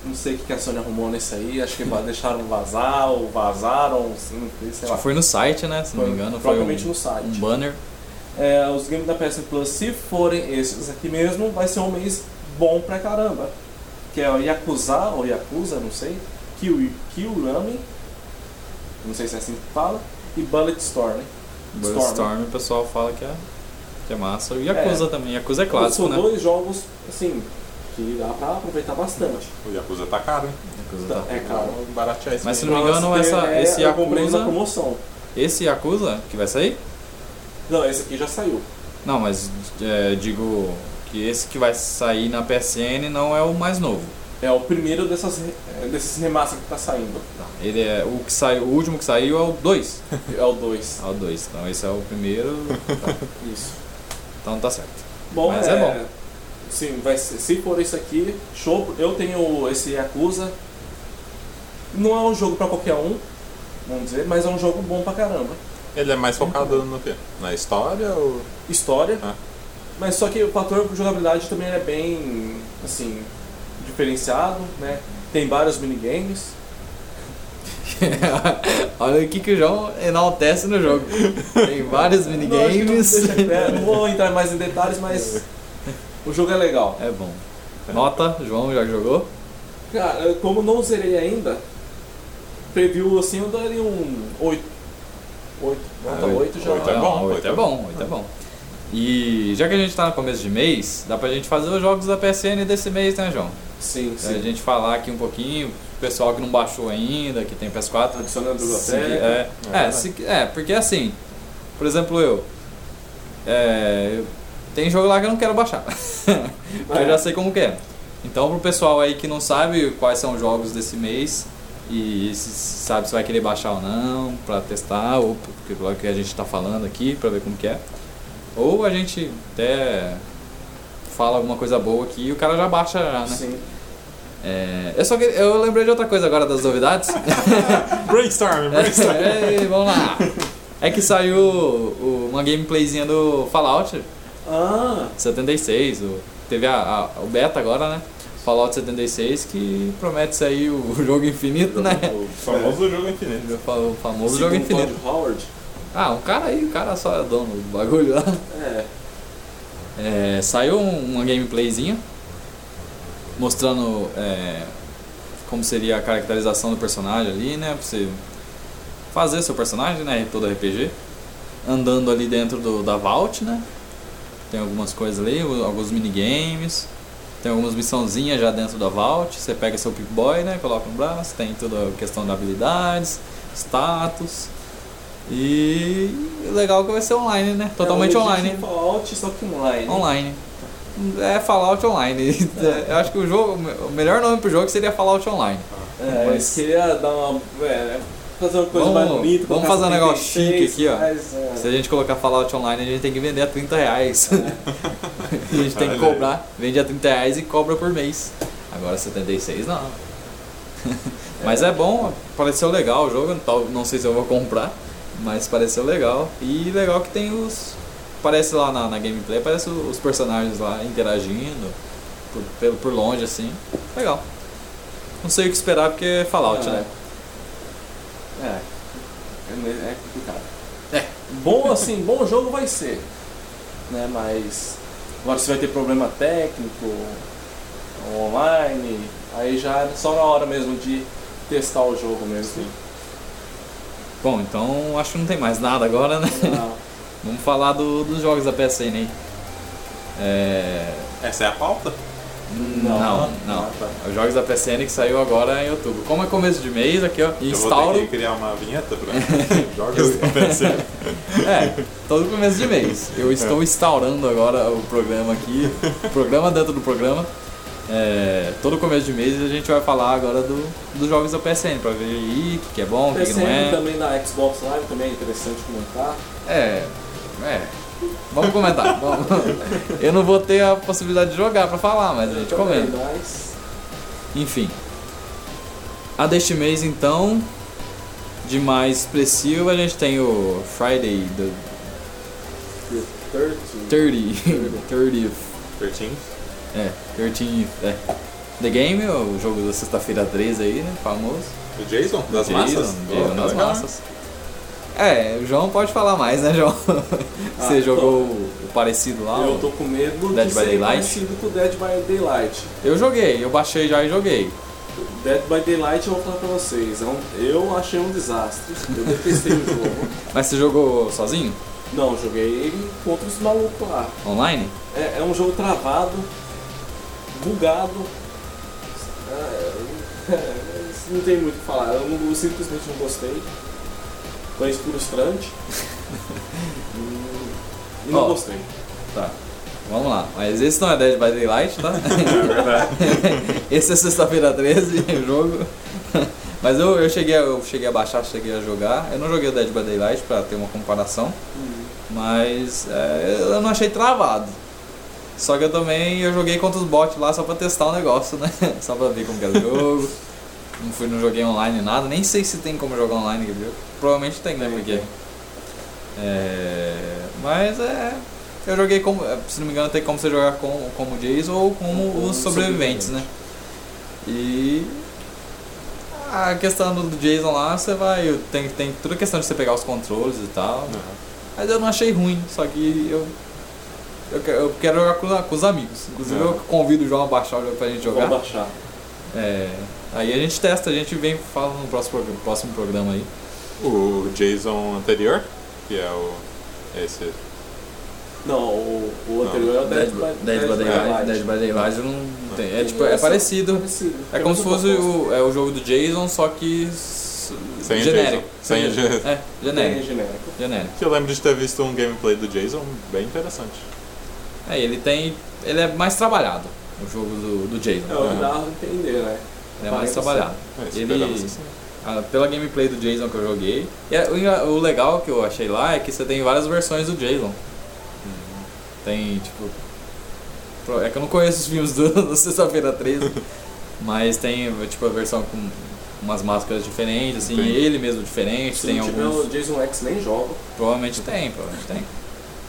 S3: Não sei o que que a Sony arrumou nesse aí, acho que va- deixaram vazar ou vazaram, sim, sei
S1: Acho
S3: lá.
S1: que foi no site, né? Se não me engano, foi
S3: provavelmente
S1: um,
S3: no site.
S1: um banner.
S3: É, os games da PS Plus, se forem esses aqui mesmo, vai ser um mês bom pra caramba. Que é o Yakuza, ou Yakuza, não sei, Kiwi, Kiwami, não sei se é assim que fala, e Bullet Storm.
S1: Bulletstorm, o pessoal fala que é, que é massa. E Yakuza também. Yakuza é
S3: São
S1: clássico, né?
S3: dois jogos, assim, que dá pra aproveitar bastante.
S2: O Yakuza tá caro, hein?
S1: Yakuza tá-
S3: É caro.
S2: Vamos baratear esse
S1: Mas se
S2: vídeo.
S1: não me engano,
S3: Mas,
S1: essa-
S3: é,
S1: esse
S3: eu comprei
S1: Yakuza-
S3: na promoção.
S1: Esse Yakuza que vai sair?
S3: Não, esse aqui já saiu.
S1: Não, mas é, digo que esse que vai sair na PSN não é o mais novo.
S3: É o primeiro dessas, re- é, desses remaster que tá saindo.
S1: Ele é o que saiu, o último que saiu é o 2.
S3: É o 2.
S1: É o 2. Então esse é o primeiro,
S3: Isso.
S1: então tá certo.
S3: Bom,
S1: Mas é bom.
S3: Sim, vai ser, se for isso aqui, show. Eu tenho esse Yakuza. Não é um jogo pra qualquer um, vamos dizer, mas é um jogo bom pra caramba.
S2: Ele é mais focado no quê? Na história ou.
S3: História,
S2: Ah.
S3: mas só que o fator jogabilidade também é bem, assim, diferenciado, né? Tem vários minigames.
S1: Olha o que, que o João enaltece no jogo. Tem vários
S3: Não, acho que não
S1: minigames.
S3: deixa- é, não vou entrar mais em detalhes, mas o jogo é legal.
S1: É bom. Nota, João já jogou?
S3: Cara, eu- como não zerei ainda, preview assim eu daria um 8. 8, nota
S1: Ah, oito.
S3: 8 já.
S2: Oito é bom,
S1: oito
S2: oito
S1: é
S2: é
S1: bom, oito é bom. E já que a gente tá no começo de mês, dá pra gente fazer os jogos da PSN desse mês, né, João?
S3: Sim,
S1: Pra
S3: sim.
S1: gente falar aqui um pouquinho, o pessoal que não baixou ainda, que tem PS4,
S3: Adiciona a
S1: Se-
S3: biblioteca.
S1: é, é, se- é, porque assim, por exemplo, eu. É, eu- tem jogo lá que eu não quero baixar. eu já sei como que é. Então, pro pessoal aí que não sabe quais são os jogos desse mês e se se sabe se vai querer baixar ou não, pra testar, ou porque pelo que a gente tá falando aqui, pra ver como que é. Ou a gente até fala alguma coisa boa aqui e o cara já baixa já, né?
S3: Sim.
S1: É, eu só que, eu lembrei de outra coisa agora das novidades.
S2: Brainstorm,
S1: né?
S2: brainstorm!
S1: Ei, vamos lá. É que saiu o- uma gameplayzinha do Fallout
S3: Ah,
S1: 76. o- teve a, a- o beta agora, né? Fallout 76 que promete sair o, o jogo infinito, né?
S2: O famoso jogo infinito.
S1: O fa- o famoso
S3: segundo
S1: jogo
S3: Todd
S1: infinito.
S3: Howard.
S1: Ah, um cara aí, o cara só é dono do bagulho lá.
S3: É.
S1: É, saiu um- uma gameplayzinha mostrando é, como seria a caracterização do personagem ali, né? Pra você fazer seu personagem, né? Todo RPG. Andando ali dentro do, da Vault, né? Tem algumas coisas ali, o- alguns minigames. Tem algumas missãozinhas já dentro da Vault. Você pega seu Pick Boy, né? Coloca no braço. Tem toda a questão de habilidades, status. E o legal é que vai ser online, né? Totalmente
S3: É, o
S1: online.
S3: Legend Fallout, só que online.
S1: Online. É Fallout Online. É, Eu acho que o jogo, o melhor nome pro jogo seria Fallout Online.
S3: É,
S1: Mas-
S3: eu queria dar uma. é, fazer uma coisa
S1: Vamos-
S3: mais bonita.
S1: vamos
S3: colocar
S1: fazer um negócio
S3: 36,
S1: chique aqui, ó.
S3: Mas, é,
S1: Se a gente colocar Fallout Online, a gente tem que vender a 30 reais. a gente tem que
S2: Olha aí.
S1: cobrar, vende a 30 reais e cobra por mês. Agora 76 não. mas é bom, pareceu legal o jogo, tal- não sei se eu vou comprar, mas pareceu legal. E legal que tem os. Parece lá na, na gameplay, parece o- os personagens lá interagindo por, pelo, por longe assim. Legal. Não sei o que esperar porque é Fallout,
S3: é,
S1: né?
S3: É. É me- É complicado. Bom assim, bom jogo vai ser. Né, mas. Agora se vai ter problema técnico, online, aí já é só na hora mesmo de testar o jogo mesmo.
S1: Bom, então acho que não tem mais nada agora, né?
S3: Não.
S1: Vamos falar do- dos jogos da PSN aí. É...
S2: Essa é a pauta?
S1: Não,
S3: Não.
S1: não.
S3: Ah, tá.
S1: Os jogos da PSN que saiu agora em outubro. Como é começo de mês, aqui ó,
S2: Eu vou ter
S1: instauro.
S2: que criar uma vinheta pra jogos do PC.
S1: É, todo começo de mês. Eu estou instaurando agora o programa aqui, o programa dentro do programa. É, todo começo de mês a gente vai falar agora do, dos jogos da PSN, pra ver aí o que, que é bom, o que, que não
S3: PSN
S1: é.
S3: também da Xbox Live também é interessante comentar.
S1: É, é. Vamos comentar. vamos. Eu não vou ter a possibilidade de jogar pra falar, mas a gente
S3: Também,
S1: comenta.
S3: mas-
S1: Enfim. A deste mês, então, de mais expressivo, a gente tem o Friday the
S3: 30.
S1: 30. 30th.
S2: 13.
S1: É, 13th. É. The Game, o jogo da sexta-feira 13 aí, né? Famoso.
S2: O Jason, das
S1: Jason,
S2: massas?
S1: Jason
S2: Oh,
S1: das
S2: legal.
S1: massas. É, o João pode falar mais, né, João?
S3: Ah,
S1: Você
S3: então.
S1: jogou o o parecido lá?
S3: Eu
S1: o-
S3: tô com medo
S1: Dead by
S3: de ser
S1: Daylight?
S3: parecido com Dead by Daylight.
S1: Eu joguei, eu baixei já e joguei.
S3: Dead by Daylight eu vou falar pra vocês. é um- Eu achei um desastre. Eu detestei o jogo.
S1: Mas você jogou sozinho?
S3: Não, eu joguei ele contra os malucos lá.
S1: Online?
S3: É, é um jogo travado, bugado. É, não tem muito o que falar. Eu, não- eu simplesmente não gostei. Foi frustrante. Hum, e não
S1: Ó.
S3: gostei.
S1: Tá. Vamos lá. Mas esse não é Dead by Daylight, tá?
S2: É verdade.
S1: Esse é sexta-feira 13, o jogo. Mas eu, eu, cheguei a, eu cheguei a baixar, cheguei a jogar. Eu não joguei o Dead by Daylight pra ter uma comparação, mas é, eu não achei travado. Só que eu também eu joguei contra os bots lá só pra testar o negócio, né? Só pra ver como que era o jogo. Não fui, não joguei online nada. Nem sei se tem como jogar online aquele jogo. Provavelmente tem, né? Porque... É, mas é... Eu joguei como... é, Se não me engano tem como você jogar com, como o Jason ou como
S3: Como
S1: os sobreviventes, né? E a questão do Jason lá, você vai. Tem, tem toda a questão de você pegar os controles e tal. né? Mas eu não achei ruim, só que eu. Eu quero, eu quero jogar com, com os amigos. Inclusive eu
S2: Uhum.
S1: convido o João a baixar o jogo pra gente
S3: Vou
S1: jogar.
S3: baixar.
S1: É, aí a gente testa, a gente vem e fala no próximo, prog- próximo programa aí.
S2: O Jason anterior, que é o. Esse.
S3: Não, o, o anterior é o Dead, by, Dead by Daylight.
S1: by Daylight não tem. É tipo,
S3: Ele
S1: é
S3: só-
S1: parecido.
S3: parecido.
S1: É
S3: Tem
S1: como
S3: a
S1: se
S3: mesma
S1: fosse
S3: proposta.
S1: o, é o jogo do Jason, só que. s-
S2: Sem o
S1: genérico.
S2: Jason. Sem o Jason.
S1: É,
S3: Tem
S1: genérico.
S3: genérico.
S1: Genérico.
S2: Que eu lembro de ter visto um gameplay do Jason bem interessante.
S1: É, ele tem. Ele é mais trabalhado, o jogo do, do Jason.
S3: É o que
S2: Uhum.
S3: dá pra entender, né?
S1: Ele é mais
S3: parece
S1: trabalhado.
S2: É,
S1: Ele-
S2: esperamos que sim.
S1: Ah, pela gameplay do Jason que eu joguei. E é- o engra- o legal que eu achei lá é que você tem várias versões do Jason. Uhum. Tem, tipo. pro- É que eu não conheço os filmes do, do Sexta-feira 13, mas tem, tipo, a versão com umas máscaras diferentes, assim,
S2: Entendi.
S1: ele mesmo diferente.
S3: Se
S1: tem
S3: não tiver
S1: alguns.
S3: o Jason X nem joga.
S1: Provavelmente tem, provavelmente tem.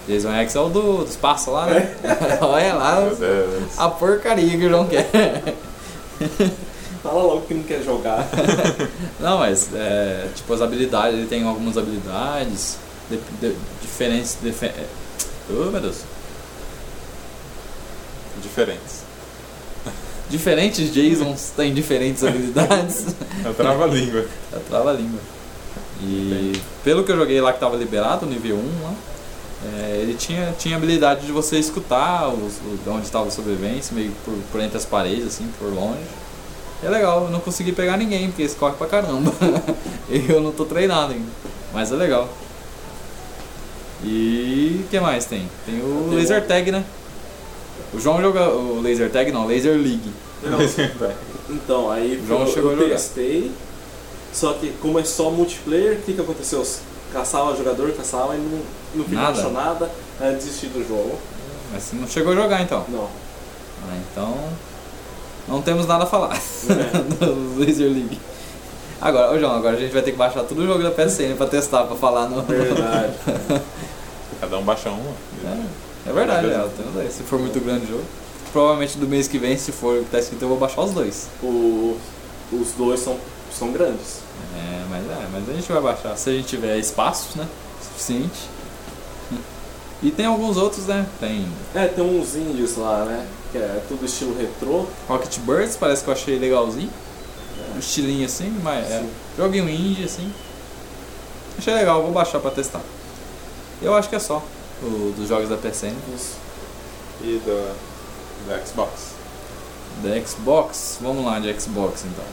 S1: Jason X é o do, do espaço lá, né? Olha lá
S3: É.
S2: Meu Deus.
S1: tá a porcaria que o João quer.
S3: Fala logo que não quer jogar.
S1: Não, mas é, tipo as habilidades, ele tem algumas habilidades de, de, diferentes. Defe, é, oh, meu Deus.
S2: Diferentes.
S1: Diferentes Jasons têm diferentes habilidades.
S2: Eu trava a língua.
S1: Eu trava a língua. E pelo que eu joguei um lá que tava liberado, nível 1 lá, É, ele tinha, tinha habilidade de você escutar os, os- onde estava a sobrevivência, meio por, por entre as paredes, assim, por longe. É legal, eu não consegui pegar ninguém, porque esse corre pra caramba. eu não tô treinado ainda, mas é legal. E o que mais tem? Tem o
S3: Tem
S1: Laser
S3: outro.
S1: Tag, né? O João joga o Laser Tag, não, Laser League.
S3: Não, Então, aí
S1: O João
S3: eu,
S1: chegou a
S3: eu
S1: jogar.
S3: testei, só que como é só multiplayer, o que, que aconteceu? Os- Caçava jogador, caçava e não, não
S1: Nada.
S3: finalizou nada, aí eu desisti do jogo.
S1: Mas você não chegou a jogar então.
S3: Não.
S1: Ah, então. Não temos nada a falar
S3: é,
S1: do Laser League. Agora, ô João, agora a gente vai ter que baixar todo o jogo da PSN pra testar, pra falar no.
S3: Verdade.
S2: Cada um baixa uma.
S1: É, é verdade, é, eu tenho dois. Se for muito grande o jogo. Provavelmente do mês que vem, se for o que tá escrito, eu vou baixar os dois.
S3: O- os dois são, são grandes.
S1: É, mas é, mas a gente vai baixar. Se a gente tiver espaço, né? Suficiente. E tem alguns outros, né? Tem
S3: É, tem uns índios lá, né? Que é tudo estilo retrô.
S1: Rocket Birds, parece que eu achei legalzinho. Um estilinho assim, mas é.
S3: Sim.
S1: Joguinho indie, assim. Achei legal, vou baixar pra testar. Eu acho que é só o, dos jogos da PSN.
S3: Isso.
S2: E da, da Xbox.
S1: Da Xbox, vamos lá de Xbox então.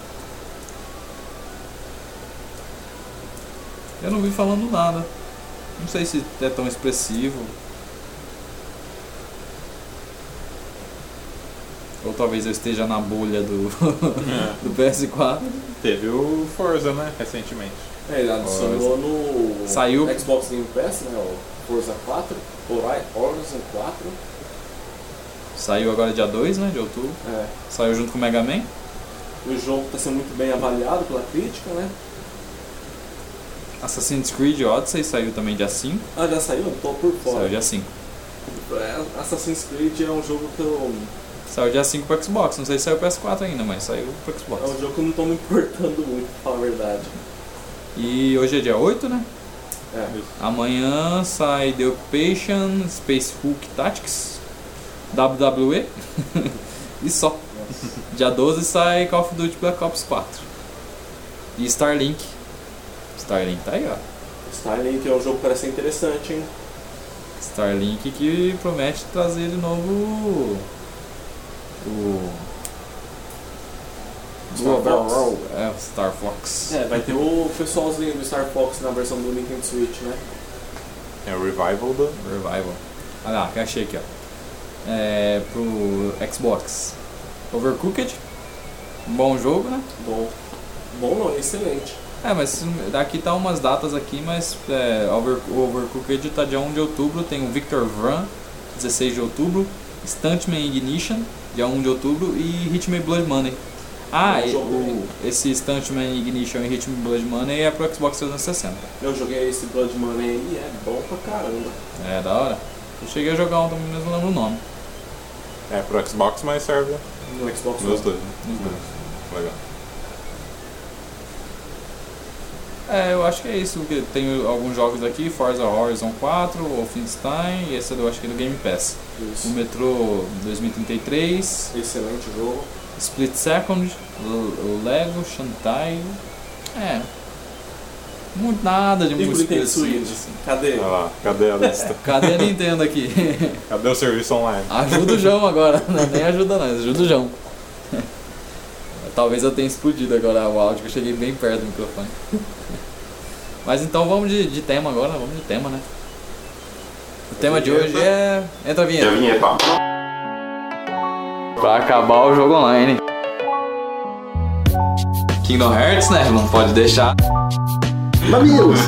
S1: Eu não vi falando nada. Não sei se é tão expressivo. Ou talvez eu esteja na bolha do, do PS4.
S2: Teve o Forza, né? Recentemente.
S3: É, ele adicionou no
S1: Saiu.
S3: Xbox Game Pass, né? O Forza 4, Hori- Horizon 4.
S1: Saiu agora dia 2 né, de outubro.
S3: É.
S1: Saiu junto com o Mega Man.
S3: O jogo está sendo muito bem avaliado pela crítica, né?
S1: Assassin's Creed Odyssey saiu também dia 5.
S3: Ah, já saiu? Tô por
S1: Saiu
S3: fora.
S1: dia 5.
S3: É, Assassin's Creed é um jogo que eu.
S1: Saiu dia 5 pro Xbox. Não sei se saiu PS4 ainda, mas saiu pro
S3: É um
S1: Xbox.
S3: jogo que eu não tô me importando muito, pra falar a verdade.
S1: E hoje é dia 8, né?
S3: É.
S1: Amanhã sai The Occupation, Space Hulk Tactics, WWE e só. Dia 12 sai Call of Duty Black Ops 4. E Starlink. Starlink tá aí, ó.
S3: Starlink é um jogo que parece interessante, hein?
S1: Starlink que promete trazer de novo o. O.
S3: Star
S1: Global-
S3: Fox.
S1: É, o Star Fox.
S3: É, vai ter o pessoalzinho do Star Fox na versão do Nintendo Switch, né?
S2: É o Revival do.
S1: Revival. Olha lá, que eu achei aqui, ó. É, pro Xbox. Overcooked. Bom jogo, né?
S3: Bom. Bom não, excelente.
S1: É, mas daqui tá umas datas aqui, mas é, Over- o Overcooked tá dia 1 de outubro, tem o Victor Vran, 16 de outubro, Stuntman Ignition, dia 1 de outubro, e Hitman Blood Money. Ah,
S3: Bom
S1: e
S3: jogo,
S1: o-
S3: hein?
S1: esse Stuntman Ignition e Hitman Blood Money é pro Xbox 360.
S3: Eu joguei esse Blood Money aí e é bom pra caramba.
S1: É, da hora. Eu cheguei a jogar um também, mas não lembro o nome.
S2: É pro Xbox, mas serve
S3: No Xbox
S2: nos
S3: One.
S2: dois. né?
S1: Nos dois.
S2: Legal.
S1: É, eu acho que é isso. porque Tem alguns jogos aqui, Forza Horizon 4, Wolfenstein, e esse eu acho que é do Game Pass. O
S3: Isso.
S1: Metro 2033,
S3: Excelente jogo.
S1: Split Second, L- Lego, Shantai. É. Muito nada de
S3: E pro
S1: muito
S3: Nintendo
S1: específico,
S3: Switch?
S1: assim.
S3: Cadê?
S2: Olha lá, cadê a lista?
S1: Cadê a Nintendo aqui?
S2: Cadê o serviço online?
S1: ajuda o João agora, né? nem ajuda nós, ajuda o João. Talvez eu tenha explodido agora o áudio, que eu cheguei bem perto do microfone. Mas então vamos de, de tema agora, vamos de tema, né? O tema de hoje é. Entra a vinheta.
S4: vinheta.
S1: Pra acabar o jogo online. Kingdom Hearts, né? Não pode deixar.
S4: Mamilos!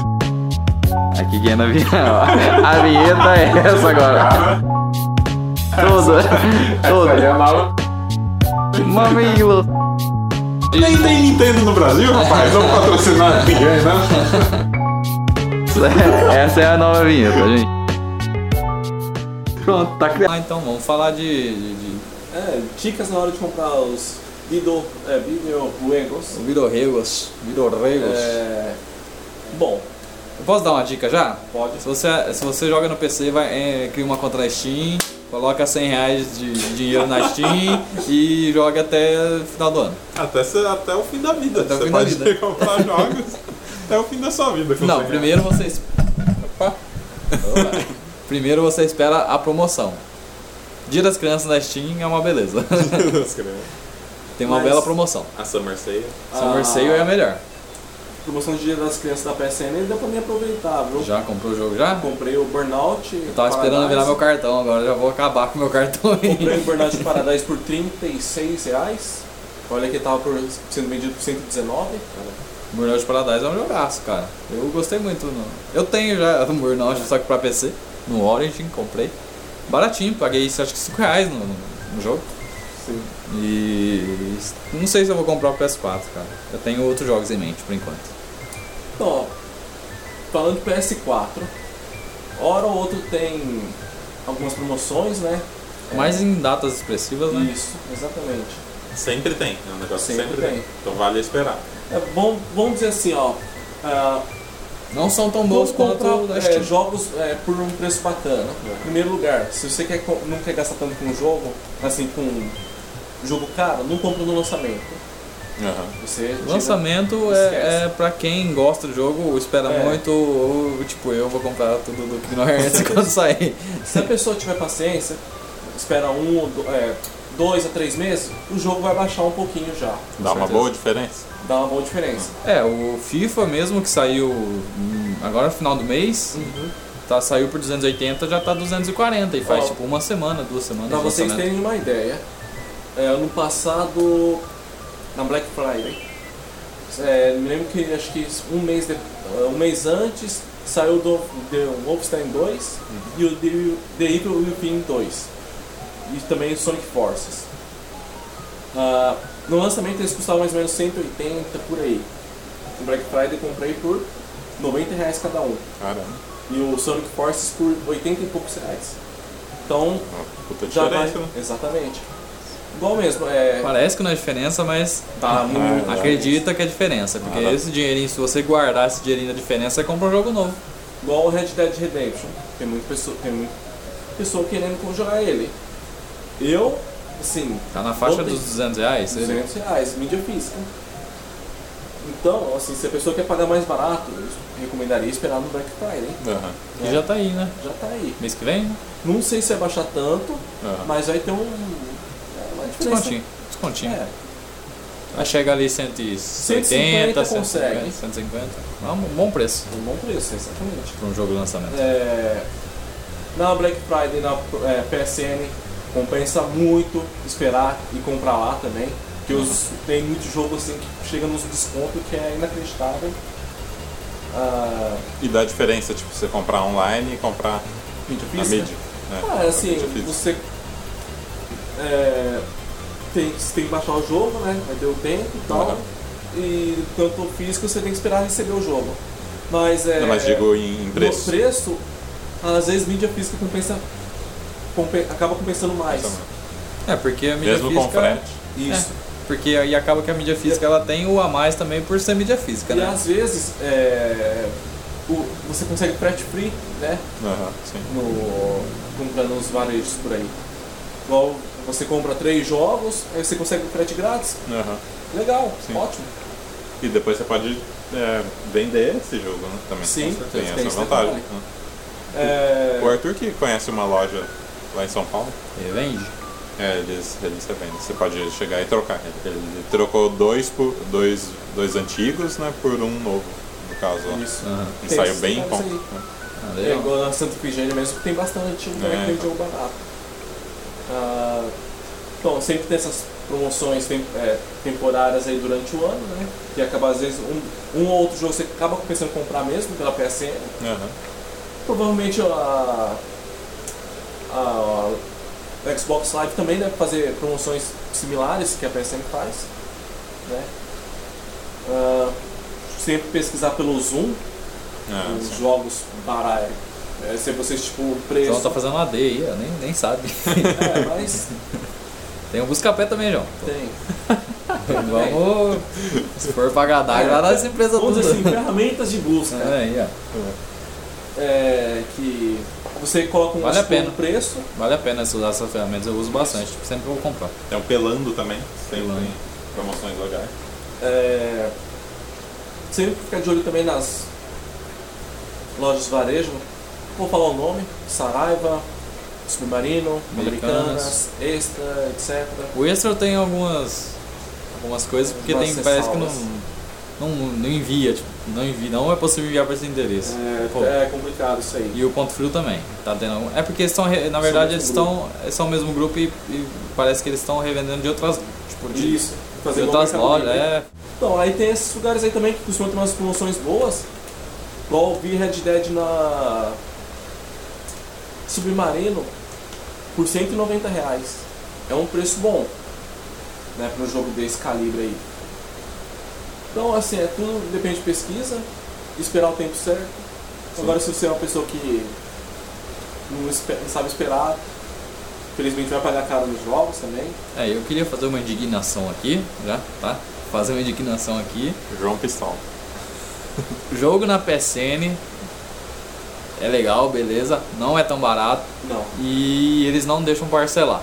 S1: Aqui quem é na vinheta. A vinheta é essa agora. Toda. Toda. Mamilo.
S2: Nem tem Nintendo no Brasil, rapaz. Vamos patrocinar ninguém, né?
S1: Essa é a nova vinheta, gente. Pronto, tá criado. Ah, então vamos falar de. de, de...
S3: É, dicas na hora de comprar os video, é, videojuegos.
S1: Vidorregos. Hum.
S3: É, bom,
S1: Eu Posso dar uma dica já?
S3: pode.
S1: Se você, se você joga no PC, vai, é, cria uma conta na Steam, coloca 100 reais de de dinheiro na Steam e joga até final do ano.
S2: Até, se- até o fim da vida.
S1: Até o
S2: você
S1: fim da
S2: pode
S1: vida.
S2: comprar jogos até o fim da sua vida. com
S1: Não,
S2: cem reais.
S1: primeiro vocês. Opa! Primeiro você espera a promoção. Dia das Crianças na Steam é uma beleza. Tem uma
S3: Mas-
S1: bela promoção.
S2: a Summer Sale.
S1: Summer Sale é a melhor.
S3: promoção de Dia das Crianças da PSN deu pra mim aproveitar, viu?
S1: Já comprou o jogo já?
S3: Comprei o Burnout.
S1: Eu tava esperando virar meu cartão, agora já vou acabar com meu cartão
S3: Comprei
S1: aí.
S3: o Burnout Paradise por 36 reais. Olha que tava por- sendo vendido por 119.
S1: Burnout Paradise é um jogaço, cara. Eu gostei muito. No... Eu tenho já o
S3: É.
S1: Burnout, só que pra PC. No Origin, comprei. Baratinho, paguei acho que 5 reais no, no jogo.
S3: Sim.
S1: E não sei se eu vou comprar o PS4, cara. Eu tenho outros jogos em mente por enquanto.
S3: Então, ó, falando de PS4, hora ou outra tem algumas promoções, né?
S1: Mas É. em datas expressivas, né?
S3: Isso, exatamente.
S2: Sempre tem, é um negócio que
S3: Sempre
S2: sempre,
S3: tem.
S2: tem. Então vale esperar.
S3: É bom, vamos dizer assim, ó. ah,
S1: Não são tão
S3: Vamos
S1: bons quanto
S3: comprar
S1: Um o da
S3: é,
S1: Steam.
S3: jogos é, por um preço bacana.
S2: É.
S3: Primeiro lugar, se você quer, co- não quer gastar tanto com o jogo, assim, com um jogo caro, não compra no lançamento.
S2: Aham.
S3: Você tira-
S1: Lançamento
S3: Esquece.
S1: é, é pra quem gosta do jogo, ou espera
S3: É.
S1: muito, ou tipo, eu vou comprar tudo do Kingdom Hearts quando sair.
S3: Se a pessoa tiver paciência, espera um, ou do- é, dois a três meses, o jogo vai baixar um pouquinho já.
S2: Dá uma
S1: certeza.
S2: boa diferença.
S3: Dá uma boa diferença.
S1: É, o FIFA mesmo que saiu hum, agora no final do mês, tá, saiu por 280, já tá 240 e faz
S3: Ó,
S1: tipo uma semana, duas semanas.
S3: Pra
S1: de
S3: Então, vocês
S1: lançamento.
S3: terem uma ideia, é, ano passado, na Black Friday, é, me lembro que acho que um mês, de- um mês antes saiu do, The Wolfenstein 2 e o The, The Evil Within 2. E também o Sonic Forces. Ah, no lançamento eles custavam mais ou menos 180 por aí. No Black Friday comprei por 90 reais cada um.
S2: Caramba.
S3: E o Sonic Forces por 80 e poucos reais. Então
S2: Uma Puta
S3: já vai.
S2: diferença, né?
S3: Exatamente. Igual mesmo, é.
S1: Parece que não é diferença, mas hum,
S3: Tá muito.
S2: Ah,
S1: acredita que é diferença, porque
S2: Ah, tá.
S1: esse dinheirinho, se você guardar esse dinheirinho da diferença, você compra um jogo novo.
S3: Igual o Red Dead Redemption. Tem muita pessoa, tem muita pessoa querendo conjurar ele. Eu, assim,
S1: Tá na faixa
S3: Botei.
S1: dos 200 reais. você-
S3: 200 reais, mídia física. Então, assim, se a pessoa quer pagar mais barato, eu recomendaria esperar no Black Friday.
S2: né? Aham.
S1: E já tá aí, né?
S3: Já tá aí.
S1: Mês que vem, né?
S3: Não sei se vai baixar tanto,
S2: Aham.
S3: mas vai ter um. é, Uma diferença.
S1: descontinho. Descontinho.
S3: É,
S1: Aí chega ali 180,
S3: 150 consegue.
S1: 150. É um bom preço
S3: um bom preço, exatamente.
S1: para um jogo de lançamento.
S3: É, na Black Friday, na é, PSN, compensa muito esperar e comprar lá também. Porque os- tem muito jogo assim que chega nos descontos que é inacreditável. Ah,
S2: E dá diferença, tipo, você comprar online e comprar
S3: mídia
S2: na
S3: física.
S2: mídia. né?
S3: Ah, é assim,
S2: Mídia física.
S3: você é, tem, você tem que baixar o jogo, né? Vai ter o tempo e tal.
S2: Aham.
S3: E tanto físico você tem que esperar receber o jogo. Mas é.
S2: Não, mas digo em, em preço.
S3: No preço, às vezes mídia física compensa, compen- acaba compensando mais.
S1: É, porque a mídia
S2: Mesmo com
S1: física.
S2: frete.
S3: Isso.
S1: Porque aí acaba que a mídia física ela tem o a mais também por ser mídia física,
S3: E
S1: né?
S3: às vezes é, o- você consegue frete free, né?
S2: Aham, sim.
S3: No, comprando os varejos por aí. Igual você compra três jogos, aí você consegue o frete grátis.
S2: Aham.
S3: Legal,
S2: Sim.
S3: ótimo.
S2: E depois você pode é, vender esse jogo né? também.
S3: Sim,
S2: com certeza.
S3: tem
S2: tem
S3: esse
S2: essa vantagem.
S3: detalhe.
S2: né?
S3: É,
S2: O Arthur que conhece uma loja lá em São Paulo,
S1: E vende.
S2: é, eles, eles revendem. Você pode chegar e trocar. Ele, ele trocou dois, por, dois, dois antigos né, por um novo, no caso. ó.
S3: isso.
S1: Aham.
S2: E
S3: Tem
S2: saiu
S3: esse
S2: bem em
S3: detalhe
S2: conta.
S3: aí.
S2: né?
S1: Ah,
S3: É
S1: legal.
S3: igual na Santa Efigênia mesmo, que tem bastante lugar
S2: É.
S3: que tem jogo barato. Ah, então, sempre tem essas promoções tem- é, temporárias aí durante o ano, né? Que acaba, às vezes, um, um ou outro jogo você acaba pensando em comprar mesmo pela PSN.
S2: Aham.
S3: Provavelmente a, a, a Xbox Live também deve fazer promoções similares que a PSN faz. Né? Ah, sempre pesquisar pelo Zoom,
S2: Ah,
S3: os
S2: sim.
S3: jogos para é, se vocês tipo o
S1: O
S3: preço
S1: João tá fazendo AD aí, eu nem, nem sabe.
S3: é, mas
S1: tem um buscapé também, João.
S3: tem
S1: Vamos. Se for pagar DAG, lá nas empresas
S3: É. vamos
S1: tudo.
S3: dizer assim ferramentas de busca
S1: É, aí, ó.
S3: é, que você coloca um,
S1: Vale a
S3: tipo, um
S1: pena.
S3: preço
S1: Vale a pena você usar essas ferramentas, eu uso bastante. Tipo, sempre vou comprar.
S2: Tem é o Pelando também, sempre
S1: Pelando.
S2: tem promoções legais.
S3: é, sempre ficar de olho também nas lojas de varejo vou falar o nome, Saraiva, Submarino,
S1: Americanas.
S3: Americanas, Extra, etc.
S1: O extra tem algumas algumas coisas porque
S3: Algumas
S1: tem, parece que não,
S3: ressalvas.
S1: não não envia, tipo, não envia, não é possível enviar para esse endereço. Pô.
S3: É, é complicado isso aí.
S1: E o ponto frio também, tá tendo algum- É porque eles estão, re- na verdade, eles
S3: mesmo
S1: estão são o mesmo grupo e, e parece que eles estão revendendo de outras, tipo, de,
S3: Isso,
S1: de
S3: fazer igual
S1: outras
S3: Mercado
S1: lojas,
S3: Livre.
S1: é.
S3: Então, aí tem esses lugares aí também que costumam ter umas promoções boas. Igual eu vi Red Dead na Submarino por 190 reais. É um preço bom, né, para um jogo desse calibre aí. Então, assim, é tudo depende de pesquisa, esperar o tempo certo. Agora, se você é uma pessoa que não, espe- não sabe esperar, infelizmente vai pagar caro nos jogos também.
S1: É, eu queria fazer uma indignação aqui, já, tá? Fazer uma indignação aqui.
S2: João Pistol.
S1: Jogo na PSN é legal, beleza, não é tão barato
S3: Não.
S1: e eles não deixam parcelar.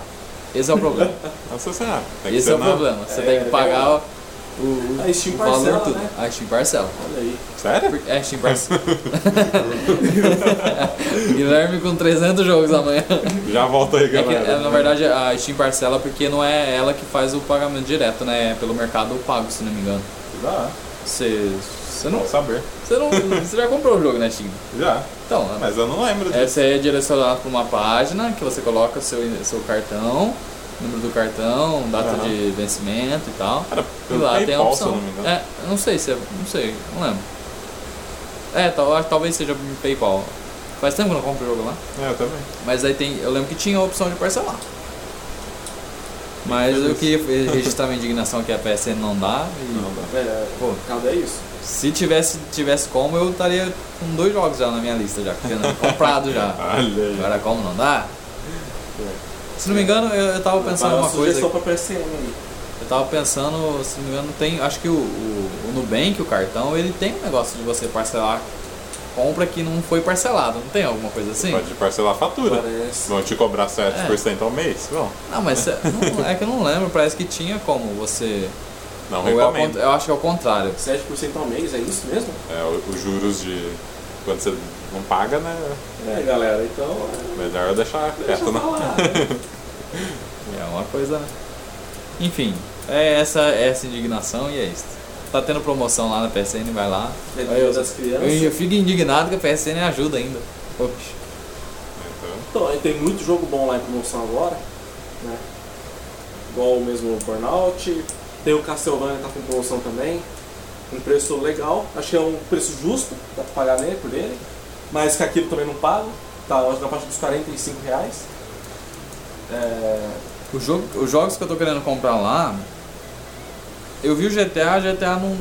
S1: Esse é o problema.
S2: Assassinado. Tem que
S1: Esse
S2: ser
S1: é o
S2: na-
S1: problema. Você
S3: É,
S1: tem que pagar o, o,
S3: A Steam
S1: o valor é
S3: parcela,
S1: tudo.
S3: né?
S1: A Steam parcela.
S3: Olha aí.
S2: Sério?
S1: Porque- É, Steam parcela. Guilherme com 300 jogos amanhã.
S2: Já volta aí,
S1: É que,
S2: galera.
S1: é, na verdade, a Steam parcela porque não é ela que faz o pagamento direto, né? É pelo mercado pago, se não me engano.
S2: Dá.
S1: Você você não,
S2: Bom saber.
S1: você não, você já comprou o jogo, né, Steam?
S2: Já.
S1: Então,
S2: Mas eu não lembro
S1: É,
S2: disso.
S1: você é direcionado para uma página que você coloca seu, seu cartão, número do cartão, data
S2: Aham.
S1: de vencimento e tal.
S2: Cara,
S1: E
S2: pelo
S1: lá tem a
S2: PayPal, se eu
S1: opção.
S2: não me engano.
S1: É, eu não sei se é. Não sei, não lembro. É, tal, acho que talvez seja no PayPal. Faz tempo que eu não compro jogo lá.
S2: É, eu também.
S1: Mas aí tem. Eu lembro que tinha a opção de parcelar. Mas eu
S2: Feliz.
S1: queria registrar minha indignação que a PSN não dá. E,
S2: Não dá.
S3: É,
S1: pô,
S3: cada é isso.
S1: se tivesse, tivesse como, eu estaria com dois jogos já na minha lista já, tendo comprado já.
S2: Olha aí.
S1: Agora como não dá?
S2: É.
S1: Se não me engano, eu, eu tava pensando
S3: Vai
S1: uma coisa.
S3: sugestão pra PSN aí.
S1: Eu tava pensando, se não me engano, tem. Acho que o, o, o Nubank, o cartão, ele tem um negócio de você parcelar compra que não foi parcelado, não tem alguma coisa assim?
S2: Pode parcelar a fatura.
S3: Parece.
S2: Vão te cobrar 7% ao mês? Vão.
S1: Não, mas é, não- é que eu não lembro, parece que tinha como você.
S2: Não
S1: ou é o
S2: recomendo.
S1: cont- eu acho que é o contrário.
S3: 7% ao mês, é isso mesmo?
S2: É, o- os juros de. Quando você não paga, né?
S3: É, galera, então.
S2: Melhor eu deixar
S3: é,
S2: quieto, né?
S3: deixa eu
S2: não.
S3: falar.
S1: É uma coisa, né? Enfim, é essa, essa indignação e é isso. Tá tendo promoção lá na PSN, vai lá.
S3: É
S1: Aí eu-
S3: dia das
S1: Eu,
S3: crianças.
S1: eu fico indignado que a PSN ajuda ainda. Ops.
S2: Então,
S3: Então, aí tem muito jogo bom lá em promoção agora, né? Igual o mesmo Burnout. Tem o Castlevania que tá com promoção também. Um preço legal. Acho que é um preço justo, dá pra pagar nele, por ele. Mas que aquilo também não paga. Tá, eu acho que na parte dos 45 reais. É,
S1: O jogo, os jogos que eu tô querendo comprar lá, eu vi o GTA, GTA não,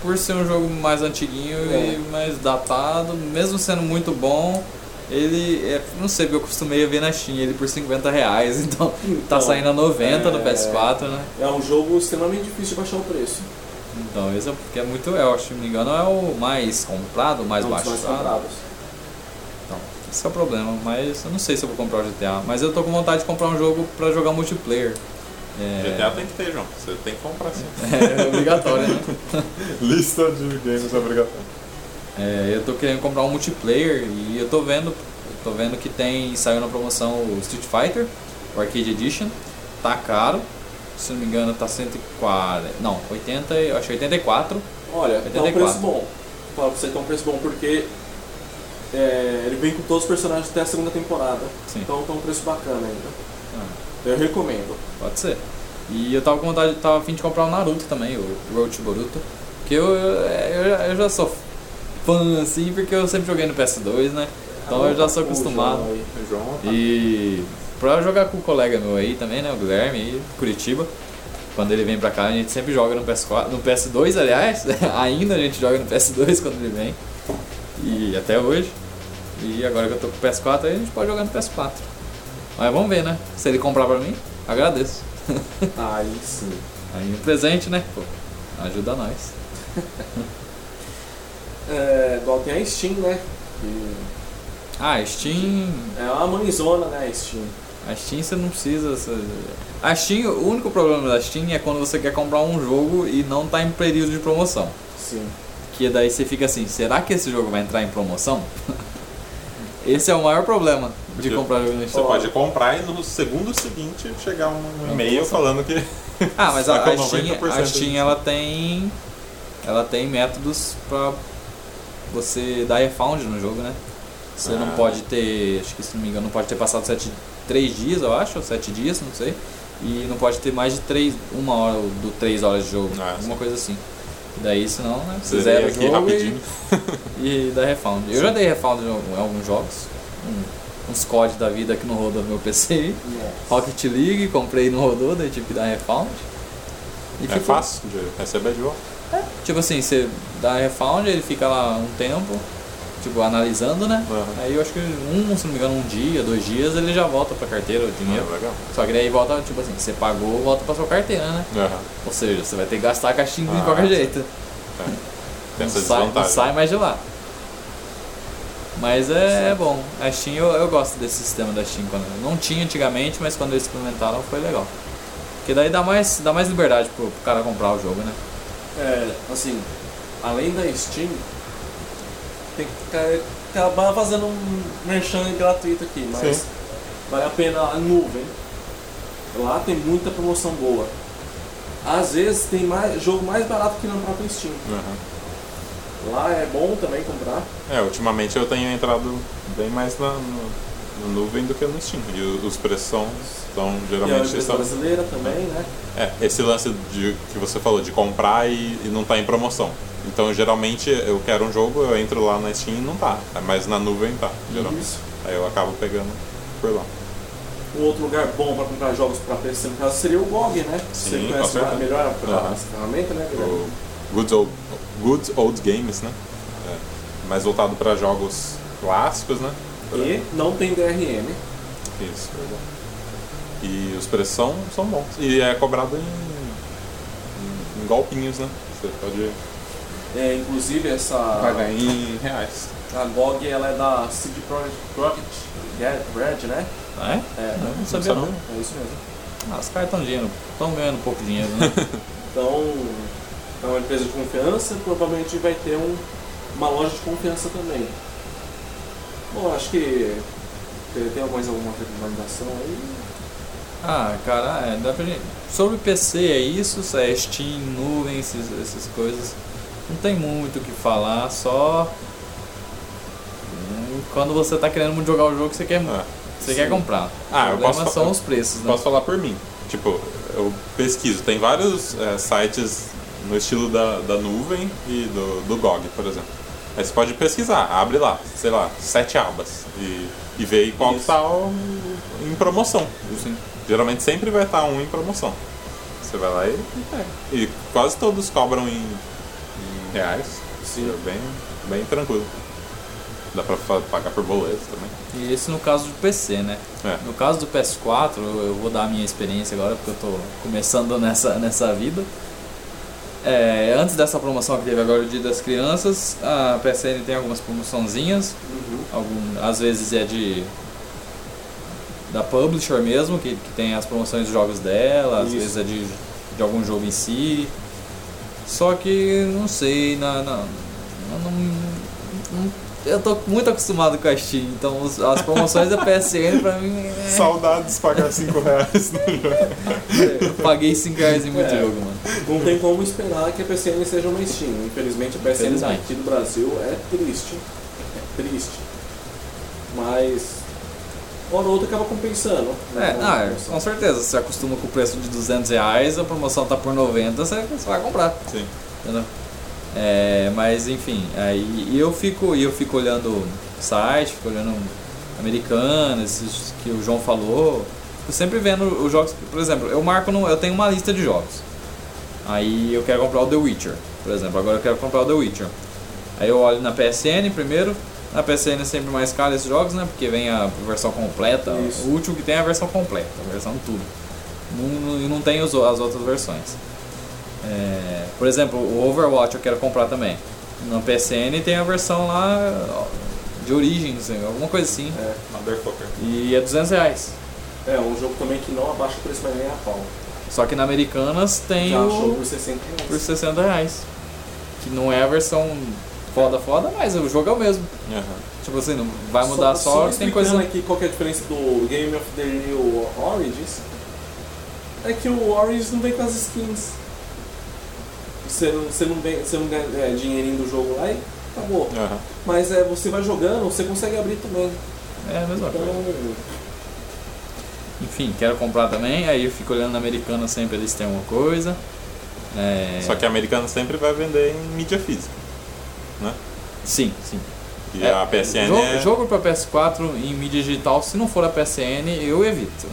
S1: por ser um jogo mais antiguinho
S3: É.
S1: e mais datado, mesmo sendo muito bom, ele é, não sei, porque eu costumei ver na Steam ele por 50 reais, então tá
S3: Então,
S1: saindo a 90 no
S3: é.
S1: PS4, né?
S3: é um jogo extremamente difícil de baixar o preço.
S1: Então esse é porque é muito, eu acho, se não me engano, é o mais comprado, o mais
S3: É um dos
S1: baixo.
S3: mais
S1: sabe?
S3: comprados.
S1: Então, esse é o problema, mas eu não sei se eu vou comprar o GTA, mas eu tô com vontade de comprar um jogo pra jogar multiplayer. É,
S2: GTA tem que ter, João. Você tem que comprar sim.
S1: é obrigatório, né?
S2: Lista de games obrigatória.
S1: É, eu tô querendo comprar um multiplayer e eu tô vendo, tô vendo que tem saiu na promoção o Street Fighter, o Arcade Edition, tá caro. Se não me engano, tá 140, não, 80, eu acho 84.
S3: Olha, é um
S1: 84.
S3: preço bom. Fala pra você que é um preço bom porque é, ele vem com todos os personagens até a segunda temporada.
S1: Sim.
S3: Então tá um preço bacana ainda.
S1: Ah,
S3: Eu recomendo.
S1: pode ser. E eu tava com vontade, tava a fim de comprar o Naruto também, o Road to Boruto, que eu eu, já- eu já sou fã assim, porque eu sempre joguei no PS2, né? Então eu já sou
S3: O
S1: acostumado.
S3: João aí.
S2: João. tá-
S1: E pra jogar com o colega meu aí também, né? O Guilherme aí, Curitiba. Quando ele vem pra cá, a gente sempre joga no PS4, no PS2, aliás, ainda a gente joga no PS2 quando ele vem. E até hoje. E agora que eu tô com o PS4, aí a gente pode jogar no PS4. Mas vamos ver, né? Se ele comprar pra mim, agradeço.
S2: tá.
S3: Tá Aí sim.
S1: Aí um presente, né? Pô, ajuda nós.
S3: É, igual tem a Steam, né? Que
S1: Ah, Steam.
S3: é uma mãezona, né, a Steam.
S1: A Steam você não precisa. você- A Steam, o único problema da Steam é quando você quer comprar um jogo e não tá em período de promoção.
S3: Sim.
S1: Que daí você fica assim, será que esse jogo vai entrar em promoção? Esse é o maior problema de
S2: Porque
S1: comprar jogo no
S2: Você
S1: Steam.
S2: pode comprar e no segundo seguinte chegar um e-mail falando que.
S1: Ah, mas a,
S2: Sacou
S1: a Steam,
S2: 90%
S1: a Steam ela tem. Ela tem métodos pra você dar refound no jogo, né? Você não
S2: Ah.
S1: pode ter. Acho que se não me engano, não pode ter passado sete, três dias, eu acho, ou sete dias, não sei. E não pode ter mais de três, uma hora ou do três horas de jogo,
S2: Ah,
S1: alguma
S2: sim.
S1: coisa assim. Daí senão, né? Você
S2: Você
S1: zera
S2: veio
S1: o
S2: aqui
S1: jogo
S2: rapidinho.
S1: E, e dá refound. Eu já dei refound em algum- em alguns jogos. um- uns COD da vida que não rodou no meu PC. Rocket League, comprei e não rodou, daí tive que dar refound. E
S2: É
S1: ficou-
S2: fácil de receber de volta.
S1: Tipo assim, você dá refound, ele fica lá um tempo, tipo, analisando, né?
S2: Aham.
S1: Aí eu acho que um, se não me engano, um dia, dois dias, ele já volta pra carteira o dinheiro.
S2: É legal.
S1: Só que daí volta, tipo assim, você pagou, volta pra sua carteira, né?
S2: Aham.
S1: Ou seja, você vai ter que gastar a caixinha
S2: Ah,
S1: de qualquer
S2: sim.
S1: jeito.
S2: Tem essa
S1: não, sai, não
S2: desvantagem.
S1: sai mais de lá. Mas é, é bom. A Steam, eu, eu gosto desse sistema da Steam. Quando, não tinha antigamente, mas quando eles experimentaram foi legal. Porque daí dá mais, dá mais liberdade pro, pro cara comprar o jogo, né?
S3: É, assim, além da Steam, tem que ca- acabar fazendo um merchan gratuito aqui, mas
S2: Sim.
S3: vale a pena a nuvem. Lá tem muita promoção boa. Às vezes tem mais, jogo mais barato que no próprio Steam.
S2: Aham.
S3: Lá é bom também comprar.
S2: É, ultimamente eu tenho entrado bem mais na, no, no nuvem do que no Steam. E o- os preços são, são
S3: E a
S2: geralmente
S3: empresa
S2: são.
S1: tá
S3: brasileira também, né?
S2: É, esse lance de, que você falou de comprar e, e não tá em promoção. Então geralmente eu quero um jogo, eu entro lá na Steam e não tá. Mas na nuvem tá, geralmente.
S3: Isso.
S2: Aí eu acabo pegando por lá.
S3: Um outro lugar bom para comprar jogos para PC, no caso, seria o GOG, né?
S2: Sim,
S3: Você
S2: com
S3: conhece
S2: certeza.
S3: melhor a, a-
S2: Aham.
S3: essa ferramenta, né? Guilherme?
S2: o Good Old, Good Old Games, né? É, mais voltado para jogos clássicos, né? Pra-
S3: E não tem DRM.
S2: Isso, verdade. E os preços são, são bons. E é cobrado em, em- em golpinhos, né? Você pode
S3: É, inclusive essa.
S2: pagar em reais.
S3: A GOG ela é da CD Projekt Rocket Red- Red, né?
S1: Ah, é?
S3: É,
S1: Eu não
S2: sabe
S1: sabia não.
S2: não.
S3: é isso mesmo.
S1: Ah, os caras estão dinheiro, estão ganhando pouco dinheiro, né?
S3: Então, é uma empresa de confiança, provavelmente vai ter um- uma loja de confiança também. Bom, acho que tem, tem mais alguma recomendação aí.
S1: ah, cara, é, dá pra gente. Sobre PC é isso, é Steam, nuvem, esses, essas coisas. Não tem muito o que falar, só. hum, Quando você tá querendo muito jogar o jogo, você quer,
S2: Ah,
S1: você
S2: sim.
S1: quer comprar. o
S2: Ah, eu
S1: problema
S2: posso fa-
S1: são os preços, né?
S2: Posso falar por mim. Tipo, eu pesquiso. Tem vários é, sites no estilo da, da nuvem e do, do GOG, por exemplo. Aí você pode pesquisar, abre lá, sei lá, sete abas e, e vê aí qual que
S3: Isso.
S2: tá o- em promoção.
S1: Sim.
S2: Geralmente sempre vai estar um em promoção. Você vai lá e pega. E quase todos cobram em, em reais.
S3: Sim.
S2: É bem, bem tranquilo. Dá pra fa- pagar por boleto também.
S1: E esse no caso do PC, né?
S2: É.
S1: No caso do PS4, eu eu vou dar a minha experiência agora, porque eu tô começando nessa, nessa vida. É, antes dessa promoção que teve agora o Dia das Crianças, a PSN tem algumas promoçãozinhas,
S3: Uhum.
S1: algum, às vezes é de da publisher mesmo, que, que tem as promoções dos jogos dela, às
S3: Isso.
S1: vezes é de, de algum jogo em si. Só que não sei, na, na- eu não- não- eu tô muito acostumado com a Steam, então os- as promoções da PSN pra mim é-
S2: Saudades de pagar 5 reais né? no jogo.
S1: eu paguei 5 reais em muito
S3: É.
S1: jogo, mano.
S3: Não tem como esperar que a PCN seja uma Steam. Infelizmente a PCN
S1: Infelizmente.
S3: aqui do Brasil é triste. É triste. Mas hora ou outra acaba compensando. né?
S1: É, ah, é, com certeza, você acostuma com o preço de 200 reais, a promoção tá por 90, você, você vai comprar.
S2: Sim.
S1: Entendeu? É, mas enfim, aí e eu fico, e eu fico olhando site, fico olhando americano, esses que o João falou. Fico sempre vendo os jogos, por exemplo, eu marco no, eu tenho uma lista de jogos. Aí eu quero comprar o The Witcher, por exemplo, agora eu quero comprar o The Witcher. Aí eu olho na PSN primeiro. Na PSN é sempre mais caro esses jogos, né? Porque vem a versão completa.
S3: Isso.
S1: O último que tem é a versão completa, a versão tudo. Não- não- E não, tem os o- as outras versões. É, por exemplo, o Overwatch eu quero comprar também. Na PSN tem a versão lá ó, de Origins, né, alguma coisa assim.
S3: É.
S2: Motherfucker.
S1: E é 200 reais.
S3: É, um jogo também que não abaixa o preço, mas nem a pau.
S1: Só que na Americanas tem
S3: Já
S1: o
S3: achou por 60 reais.
S1: por 60 reais. Que não é a versão foda, foda, mas o jogo é o mesmo.
S2: Aham.
S1: Tipo assim, não vai mudar só, que tem coisa.
S3: explicando aqui qual que é a diferença do Game of the Year e o Origins. É que o Origins não vem com as skins. Você, não- você não, vem, você não ganha é, dinheirinho do jogo lá e acabou.
S2: Aham.
S3: Mas é, você vai jogando, você consegue abrir também.
S1: É a mesma coisa.
S3: Então,
S1: Enfim, quero comprar também, aí eu fico olhando na americana sempre eles têm uma coisa. É,
S2: Só que a americana sempre vai vender em mídia física.
S1: Sim, sim.
S2: E
S1: É,
S2: a PSN
S1: jogo,
S2: é.
S1: jogo pra PS4 em mídia digital, se não for a PSN, eu evito.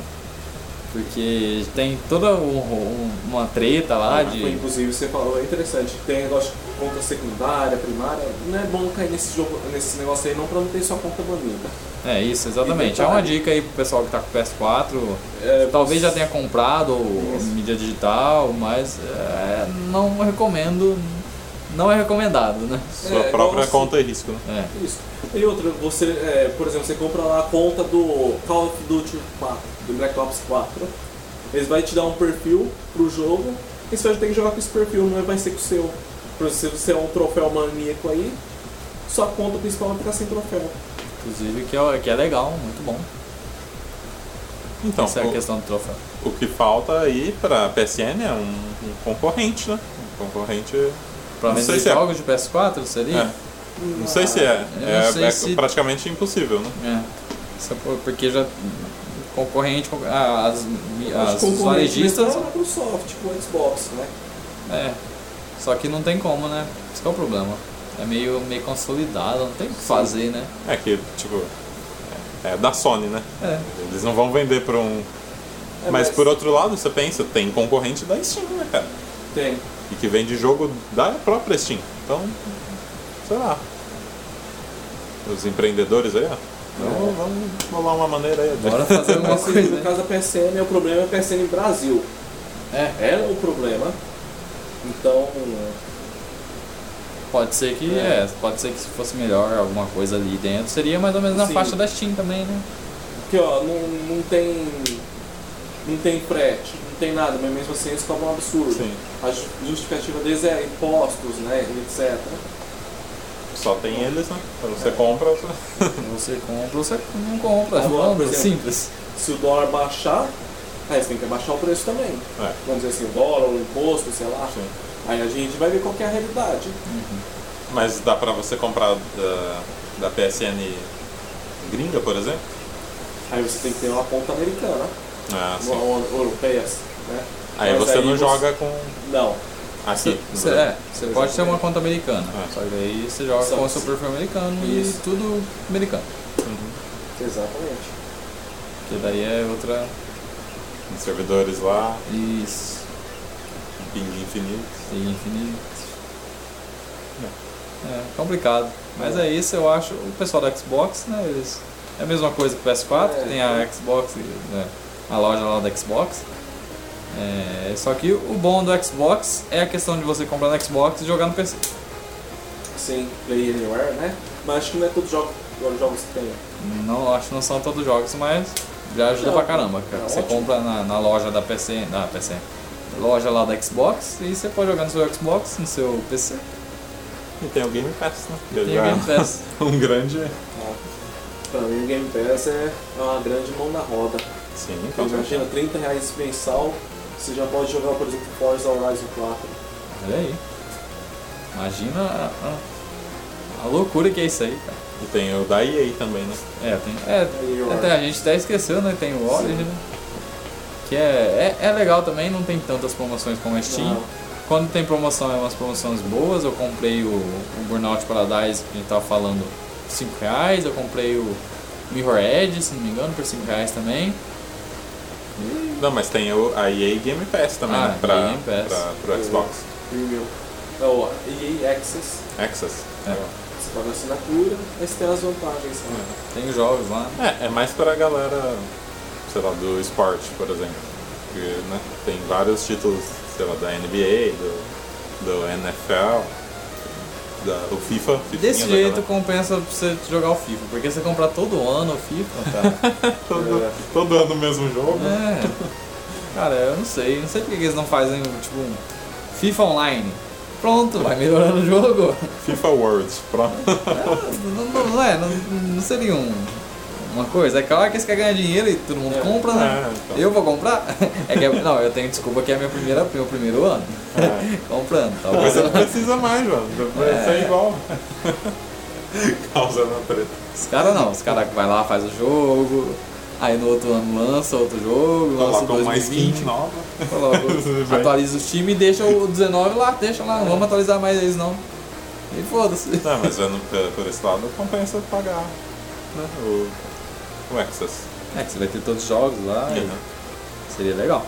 S1: Porque tem toda um- um- uma treta
S3: Ah,
S1: lá de.
S3: Inclusive, você falou, é interessante. Tem negócio de conta secundária, primária. Não é bom cair nesse, jogo, nesse negócio aí, não, pra não ter sua conta banida.
S1: É isso, exatamente.
S3: E
S1: É uma
S3: detalhe-
S1: dica aí pro pessoal que tá com PS4.
S3: É,
S1: Talvez já tenha comprado ou
S3: Isso.
S1: mídia digital, mas é, não recomendo. Não é recomendado, né?
S2: Sua
S3: É,
S2: própria
S3: igual
S2: conta e risco, né?
S1: É.
S3: Isso. E outra, você, é, por exemplo, você compra lá a conta do Call of Duty 4, do Black Ops 4. Eles vão te dar um perfil pro jogo e você vai ter que jogar com esse perfil, não vai ser com o seu. Por exemplo, se você é um troféu maníaco aí, sua conta principal vai ficar sem troféu.
S1: Inclusive que é, que é legal, muito bom.
S2: Então,
S1: Essa é a
S2: o-
S1: questão do troféu.
S2: O que falta aí pra PSN é um, um concorrente, né? Um concorrente.
S1: Pra
S2: Não sei
S1: vender
S2: se é-
S1: jogos de PS4 seria?
S2: É,
S1: Hum.
S2: não sei se é.
S1: Eu
S2: É,
S1: não sei
S2: é
S1: se-
S2: praticamente impossível, né?
S1: É. Só por- Porque já. Concorrente, con- ah, as, mi- as os varejistas.
S3: varejistas é a Microsoft, com o Xbox, né?
S1: É. Só que não tem como, né? Isso que é o problema. É meio, meio consolidado, não tem o que fazer, né?
S2: É que, tipo. É da Sony, né?
S1: É.
S2: Eles não vão vender pra um.
S3: É,
S2: mas, por outro lado, você pensa, tem concorrente da Steam, né, cara?
S3: Tem.
S2: E que vende jogo da própria Steam. Então, sei lá. Os empreendedores aí, ó. Então, vamos rolar uma maneira aí.
S1: É. Bora fazer alguma
S3: Mas, assim,
S1: coisa.
S3: no
S1: Né?
S3: caso da PSN, o problema é a PSN Brasil.
S1: É,
S3: É o problema. Então,
S1: pode ser que. É. pode ser que se fosse melhor alguma coisa ali dentro, seria mais ou menos na
S3: Sim.
S1: faixa da Steam também, né?
S3: Porque ó, não, não tem. Não tem frete, não tem nada, mas mesmo assim eles cobram um absurdo.
S2: Sim.
S3: A ju- justificativa deles é impostos, né? e Etc.
S2: Só tem eles, né? Quando você compra, você...
S1: Você compra ou você não compra. É
S3: Agora, por exemplo,
S1: simples.
S3: Se o dólar baixar, aí eles têm que abaixar o preço também.
S2: É.
S3: Vamos dizer assim, o dólar, o imposto, sei lá.
S2: Sim.
S3: Aí a gente vai ver qual que é a realidade.
S2: Mas dá pra você comprar ah, da, da PSN gringa, por exemplo?
S3: Aí você tem que ter uma conta americana,
S2: Ah, sim.
S3: uma, uma europeia, né?
S2: aí
S3: mas
S2: você
S3: aí
S2: não
S3: você-
S2: joga com.
S3: Não.
S2: Aqui. no
S1: Você,
S2: Brasil.
S1: é, você pode ter uma conta americana.
S2: É.
S1: Só que daí você joga
S3: Só
S1: com o
S3: que
S1: seu
S3: se-
S1: perfil americano
S3: Isso.
S1: e tudo americano.
S2: Uhum.
S3: Exatamente.
S1: Que daí é outra.
S2: Nos Servidores lá,
S1: Isso.
S2: um ping infinito.
S1: Tem infinito. É, complicado. Mas é isso, eu acho. O pessoal da Xbox, né? Eles. É a mesma coisa que o PS4,
S3: É,
S1: tem a Xbox, né, a loja lá da Xbox. É, só que o bom do Xbox é a questão de você comprar no Xbox e jogar no PC.
S3: Sem play anywhere, né? Mas acho que não é todos os jogos, os jogos que tem.
S1: Não, acho que não são todos os jogos, mas já ajuda
S3: Não,
S1: pra caramba, cara.
S3: é
S1: você
S3: ótimo.
S1: compra na, na loja da PC, na PC, loja lá da Xbox e você pode jogar no seu Xbox, no seu PC.
S2: E tem o Game Pass, né? Que
S1: Tem
S2: já
S1: o
S2: é
S1: Game Pass.
S2: um grande.
S3: Pra mim o Game Pass é uma grande mão na roda.
S2: Sim,
S3: Então,
S2: então.
S3: imagina, 30 reais mensal, você já pode jogar, por exemplo, Forza Horizon 4.
S1: Olha aí. Imagina a, a- a loucura que é isso aí, cara.
S2: E tem o da EA também, né?
S1: É, tem, é
S3: Aí, ó,
S1: até a gente até esqueceu, né? Tem o Origin, né? Que é, é, é legal também, não tem tantas promoções como a Steam.
S3: não,
S1: Quando tem promoção, é umas promoções boas. Eu comprei o, o Burnout Paradise, que a gente tava falando, 5 reais. Eu comprei o Mirror Edge, se não me engano, por 5 reais também.
S2: Não, mas tem o, a EA Game Pass também,
S1: Ah,
S2: né? Pra,
S1: Game Pass.
S2: pra- pro Xbox
S3: É, Premium. É o EA Access,
S2: Access.
S1: É.
S3: você paga assinatura, mas tem as vantagens. Né?
S1: Tem os jogos lá. né?
S2: É, é mais pra galera, sei lá, do esporte, por exemplo. Porque, né, tem vários títulos, sei lá, da NBA, do, do NFL, da, do FIFA. fifinha
S1: Desse
S2: da
S1: jeito
S2: galera.
S1: compensa você jogar o FIFA, porque você comprar todo ano o FIFA, cara.
S2: Todo, todo ano o mesmo jogo.
S1: É. Cara, eu não sei. Não sei porque que eles não fazem, tipo, um FIFA Online. Pronto, vai melhorando o jogo. É,
S2: FIFA World, pronto.
S1: Não, não, não é, não, não seria um, uma coisa. É claro que eles querem ganhar dinheiro e todo mundo
S3: É.
S1: compra, né?
S2: É, então.
S1: Eu vou comprar? É que é- não, eu tenho desculpa que é meu, primeira, meu primeiro ano.
S2: É.
S1: Comprando. tá Talvez É.
S2: Mas
S1: eu-
S2: você não precisa mais, mano. Vai ser igual. Causa na treta.
S1: os caras não, os caras vai lá, faz o jogo. Aí no outro ano lança outro jogo, lança o
S2: Colocou uma skin
S1: 2020,
S2: nova.
S1: coloca-
S2: Vai.
S1: atualiza os times e deixa o 19 lá, deixa lá, não vamos atualizar mais eles não. E foda-se.
S2: Não, Tá, mas eu não- por- por esse lado compensa pagar né, o, o Access.
S1: É que você vai ter todos os jogos lá, e
S2: Uhum.
S1: seria legal.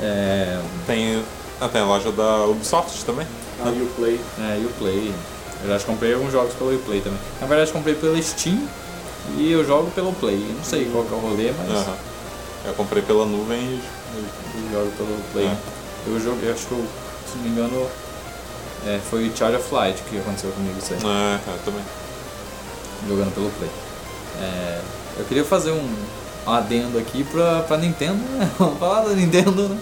S1: É,
S2: Tem, ah, tem a loja da Ubisoft também.
S3: A Uplay.
S1: É, e o Play. Eu já comprei alguns jogos pelo Play também. Na verdade, comprei pela Steam e eu jogo pelo Play. Eu Não sei qual que é o rolê, mas
S2: Aham. Uhum. Eu comprei pela nuvem e- e
S1: eu jogo pelo Play.
S2: É.
S1: Eu joguei, acho que eu, se não me engano, é, foi o Charge of Light que aconteceu comigo isso aí,
S2: É, eu também.
S1: jogando pelo Play. É, eu queria fazer um, um adendo aqui pra, pra Nintendo, né? Vamos falar da Nintendo, né?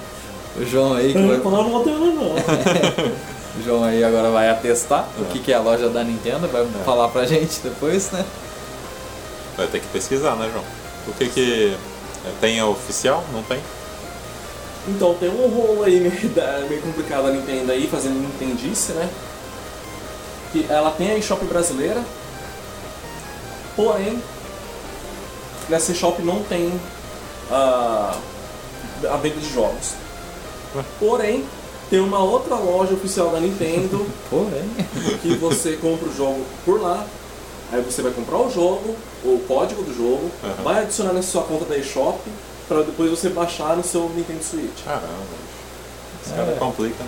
S1: O João aí, que
S3: Não,
S1: vai-
S3: não vou ter não.
S1: o João aí agora vai atestar o que, que é a loja da Nintendo, vai
S3: É.
S1: falar pra gente depois, né?
S2: Vai ter que pesquisar, né, João? O que que. é, Tem a oficial? Não tem?
S3: Então tem um rolo aí meio, da- meio complicado a Nintendo aí, fazendo Nintendice, né? Que ela tem a eShop brasileira, porém nessa eShop não tem ah, a venda de jogos. Porém, tem uma outra loja oficial da Nintendo
S1: Pô, é, hein?
S3: que você compra o jogo por lá, aí você vai comprar o jogo, o código do jogo,
S2: Aham.
S3: vai adicionar na sua conta da eShop para depois você baixar no seu Nintendo Switch.
S2: Caramba. Os caras
S1: É.
S2: complicam.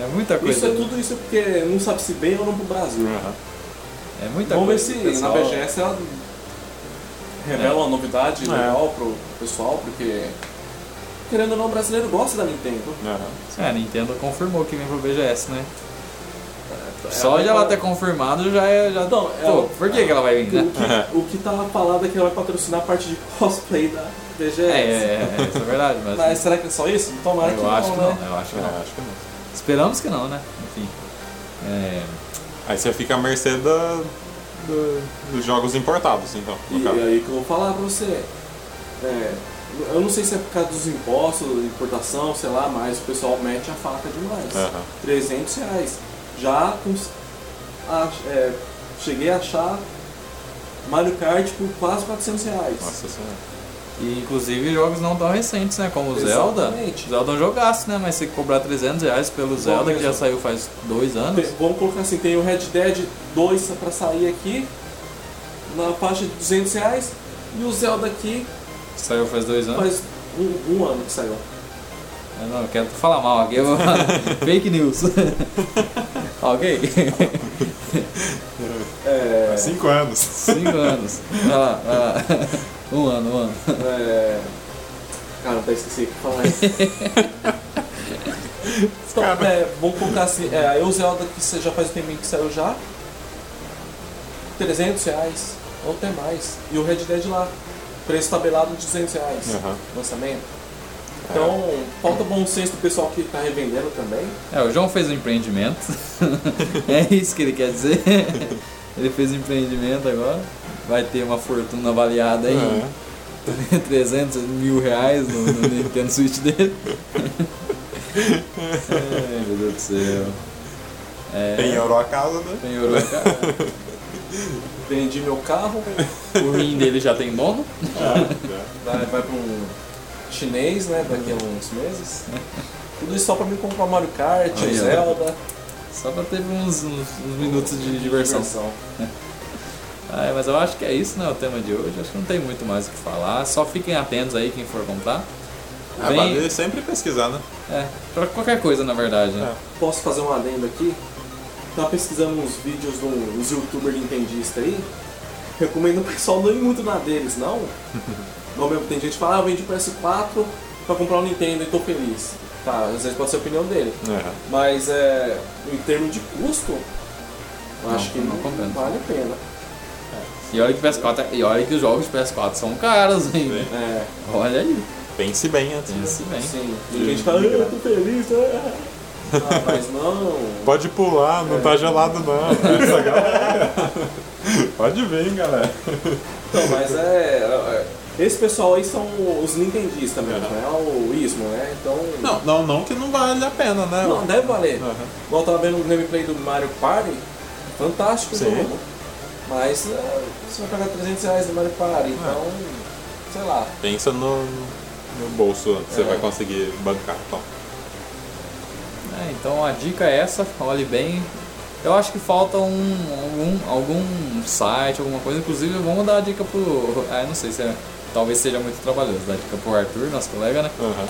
S1: É muita coisa.
S3: Isso é tudo isso porque não sabe se bem ou não pro Brasil.
S2: Aham.
S1: É muita
S3: Vamos ver
S1: coisa.
S3: se
S1: que o pessoal-
S3: na BGS ela revela
S1: É.
S3: uma novidade
S2: É.
S3: legal pro pessoal, porque querendo ou não, o brasileiro gosta da Nintendo.
S2: Aham.
S1: É, a Nintendo confirmou que vem pro BGS, né?
S3: É,
S1: Só
S3: ela
S1: de ela
S3: vai-
S1: ter confirmado já é. Já...
S3: Não,
S1: Pô,
S3: ela-
S1: por que, que ela vai vir, né?
S3: O que, o que tá lá falado é que ela vai patrocinar a parte de cosplay da BGS.
S1: É, é, é, isso é verdade, mas.
S3: Mas será que é só isso? Tomara que
S1: eu acho
S3: não,
S1: que
S3: né?
S1: não, eu acho que não.
S2: É, acho que não.
S1: Esperamos que não, né? Enfim. É,
S2: Aí você fica à mercê da, do- dos jogos importados, então. no
S3: E
S2: caso.
S3: aí que eu vou falar pra você. É, eu não sei se é por causa dos impostos, importação, sei lá, mas o pessoal mete a faca demais.
S2: Aham.
S3: 300 reais. Já cons- ach- é, cheguei a achar Mario Kart por quase 400 reais.
S2: Nossa senhora.
S1: e inclusive jogos não tão recentes, né? Como o Zelda.
S3: Exatamente.
S1: Zelda é um jogaço, né? Mas se cobrar 300 reais pelo Zelda, que já saiu faz dois anos.
S3: Tem- vamos colocar assim, tem o Red Dead 2 pra sair aqui, na faixa de 200 reais, e o Zelda aqui
S1: Saiu faz dois anos.
S3: faz um, um ano que saiu.
S1: Eu não eu quero falar mal aqui, eu vou falar fake news. ok?
S3: É,
S2: Há cinco anos.
S1: Cinco anos. Vai lá, vai lá. Um ano, um ano.
S3: É... Cara, até esqueci o que falar isso. então,
S2: Cara.
S3: é, vou colocar assim, é, aí o Zelda que você já faz um tempinho que saiu já, 300 reais, ou até mais. E o Red Dead lá, preço tabelado de 200 reais,
S1: É.
S2: Aham.
S3: lançamento. Então, falta bom senso do pessoal que tá revendendo também.
S1: É, o João fez um empreendimento. é isso que ele quer dizer. Ele fez um empreendimento agora. Vai ter uma fortuna avaliada em
S2: É.
S1: 300 mil reais no, no Nintendo Switch dele. Ai, meu Deus do céu. É,
S2: Penhorou a casa, né?
S1: tem ouro.
S3: Vendi meu carro,
S1: O rim dele já tem dono.
S2: É.
S3: vai, vai pra um chinês, né, daqui a uns meses. Tudo isso só pra mim comprar Mario Kart,
S1: Aí, ó.
S3: Zelda.
S1: Só pra ter uns, uns- uns minutos de diversão. Ah, mas eu acho que é isso, né? O tema de hoje. Acho que não tem muito mais o que falar. Só fiquem atentos aí quem for comprar.
S2: Ah, vale sempre pesquisar, né?
S1: É, pra qualquer coisa, na verdade, né?
S3: Posso fazer um adendo aqui? Tava pesquisando uns vídeos de um- uns youtubers nintendistas aí. Recomendo o pessoal não ir muito na deles, não. Igual mesmo, tem gente que fala, ah, eu vendi o PS4 pra comprar um Nintendo e tô feliz. Tá, às vezes pode ser a opinião dele.
S2: É.
S3: Mas é, em termos de custo, eu
S1: Não,
S3: acho que
S1: não
S3: não,
S1: compensa.
S3: vale a pena.
S1: E olha que PS4, é- e olha que os jogos de PS4 são caros, hein?
S2: Sim.
S3: É,
S1: Olha aí,
S2: Pense bem antes.
S1: pense bem. né?"
S3: sim. Tem gente que fala, ah, eu tô feliz. ah. Ah, mas não.
S2: Pode pular, não tá gelado não. Essa galera- Pode vir, galera.
S3: Então, mas é. é- Esse pessoal aí são os nintendistas mesmo, né? O ismo, né? Então.
S2: Não, não, não que não vale a pena, né?
S3: Não, deve valer.
S2: Aham.
S3: Igual eu tava vendo o gameplay do Mario Party, fantástico o
S2: Sim.
S3: jogo. Mas é, você vai pagar 300 reais no Mario
S2: É.
S3: Party, então. Sei lá.
S2: Pensa no, no bolso, onde você vai conseguir bancar. Tom.
S1: É, então a dica é essa, olhe bem. Eu acho que falta um, algum, algum site, alguma coisa. Inclusive, vamos dar a dica pro. Ah, eu não sei se é. Talvez seja muito trabalhoso dar a dica pro Arthur, nosso colega, né?
S2: Aham.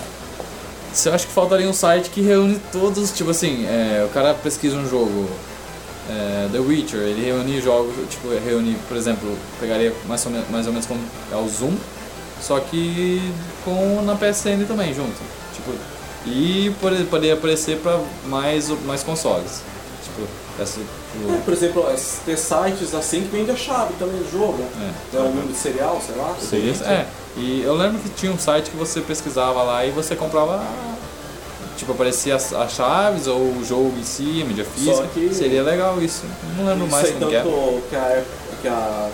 S1: Eu acho que faltaria um site que reúne todos, tipo assim, é, o cara pesquisa um jogo, é, The Witcher, ele reúne jogos, tipo, reúne, por exemplo, pegaria mais ou, men- mais ou menos como é o Zoom, só que com na PSN também junto, tipo, e pode- poderia aparecer para mais, mais consoles, tipo, essa,
S3: É,
S1: tipo,
S3: por exemplo, ó, esses- ter sites assim que vende a chave também do jogo. né?
S1: é.
S3: É o número de cereal, sei lá.
S2: Sim, sim.
S1: É, e eu lembro que tinha um site que você pesquisava lá e você comprava. Tipo, aparecia as, as chaves ou o jogo em si, a mídia física.
S3: que-
S1: Seria legal isso. Não lembro
S3: Isso
S1: mais
S3: aí
S1: como
S3: tanto
S1: que é.
S3: que a, que a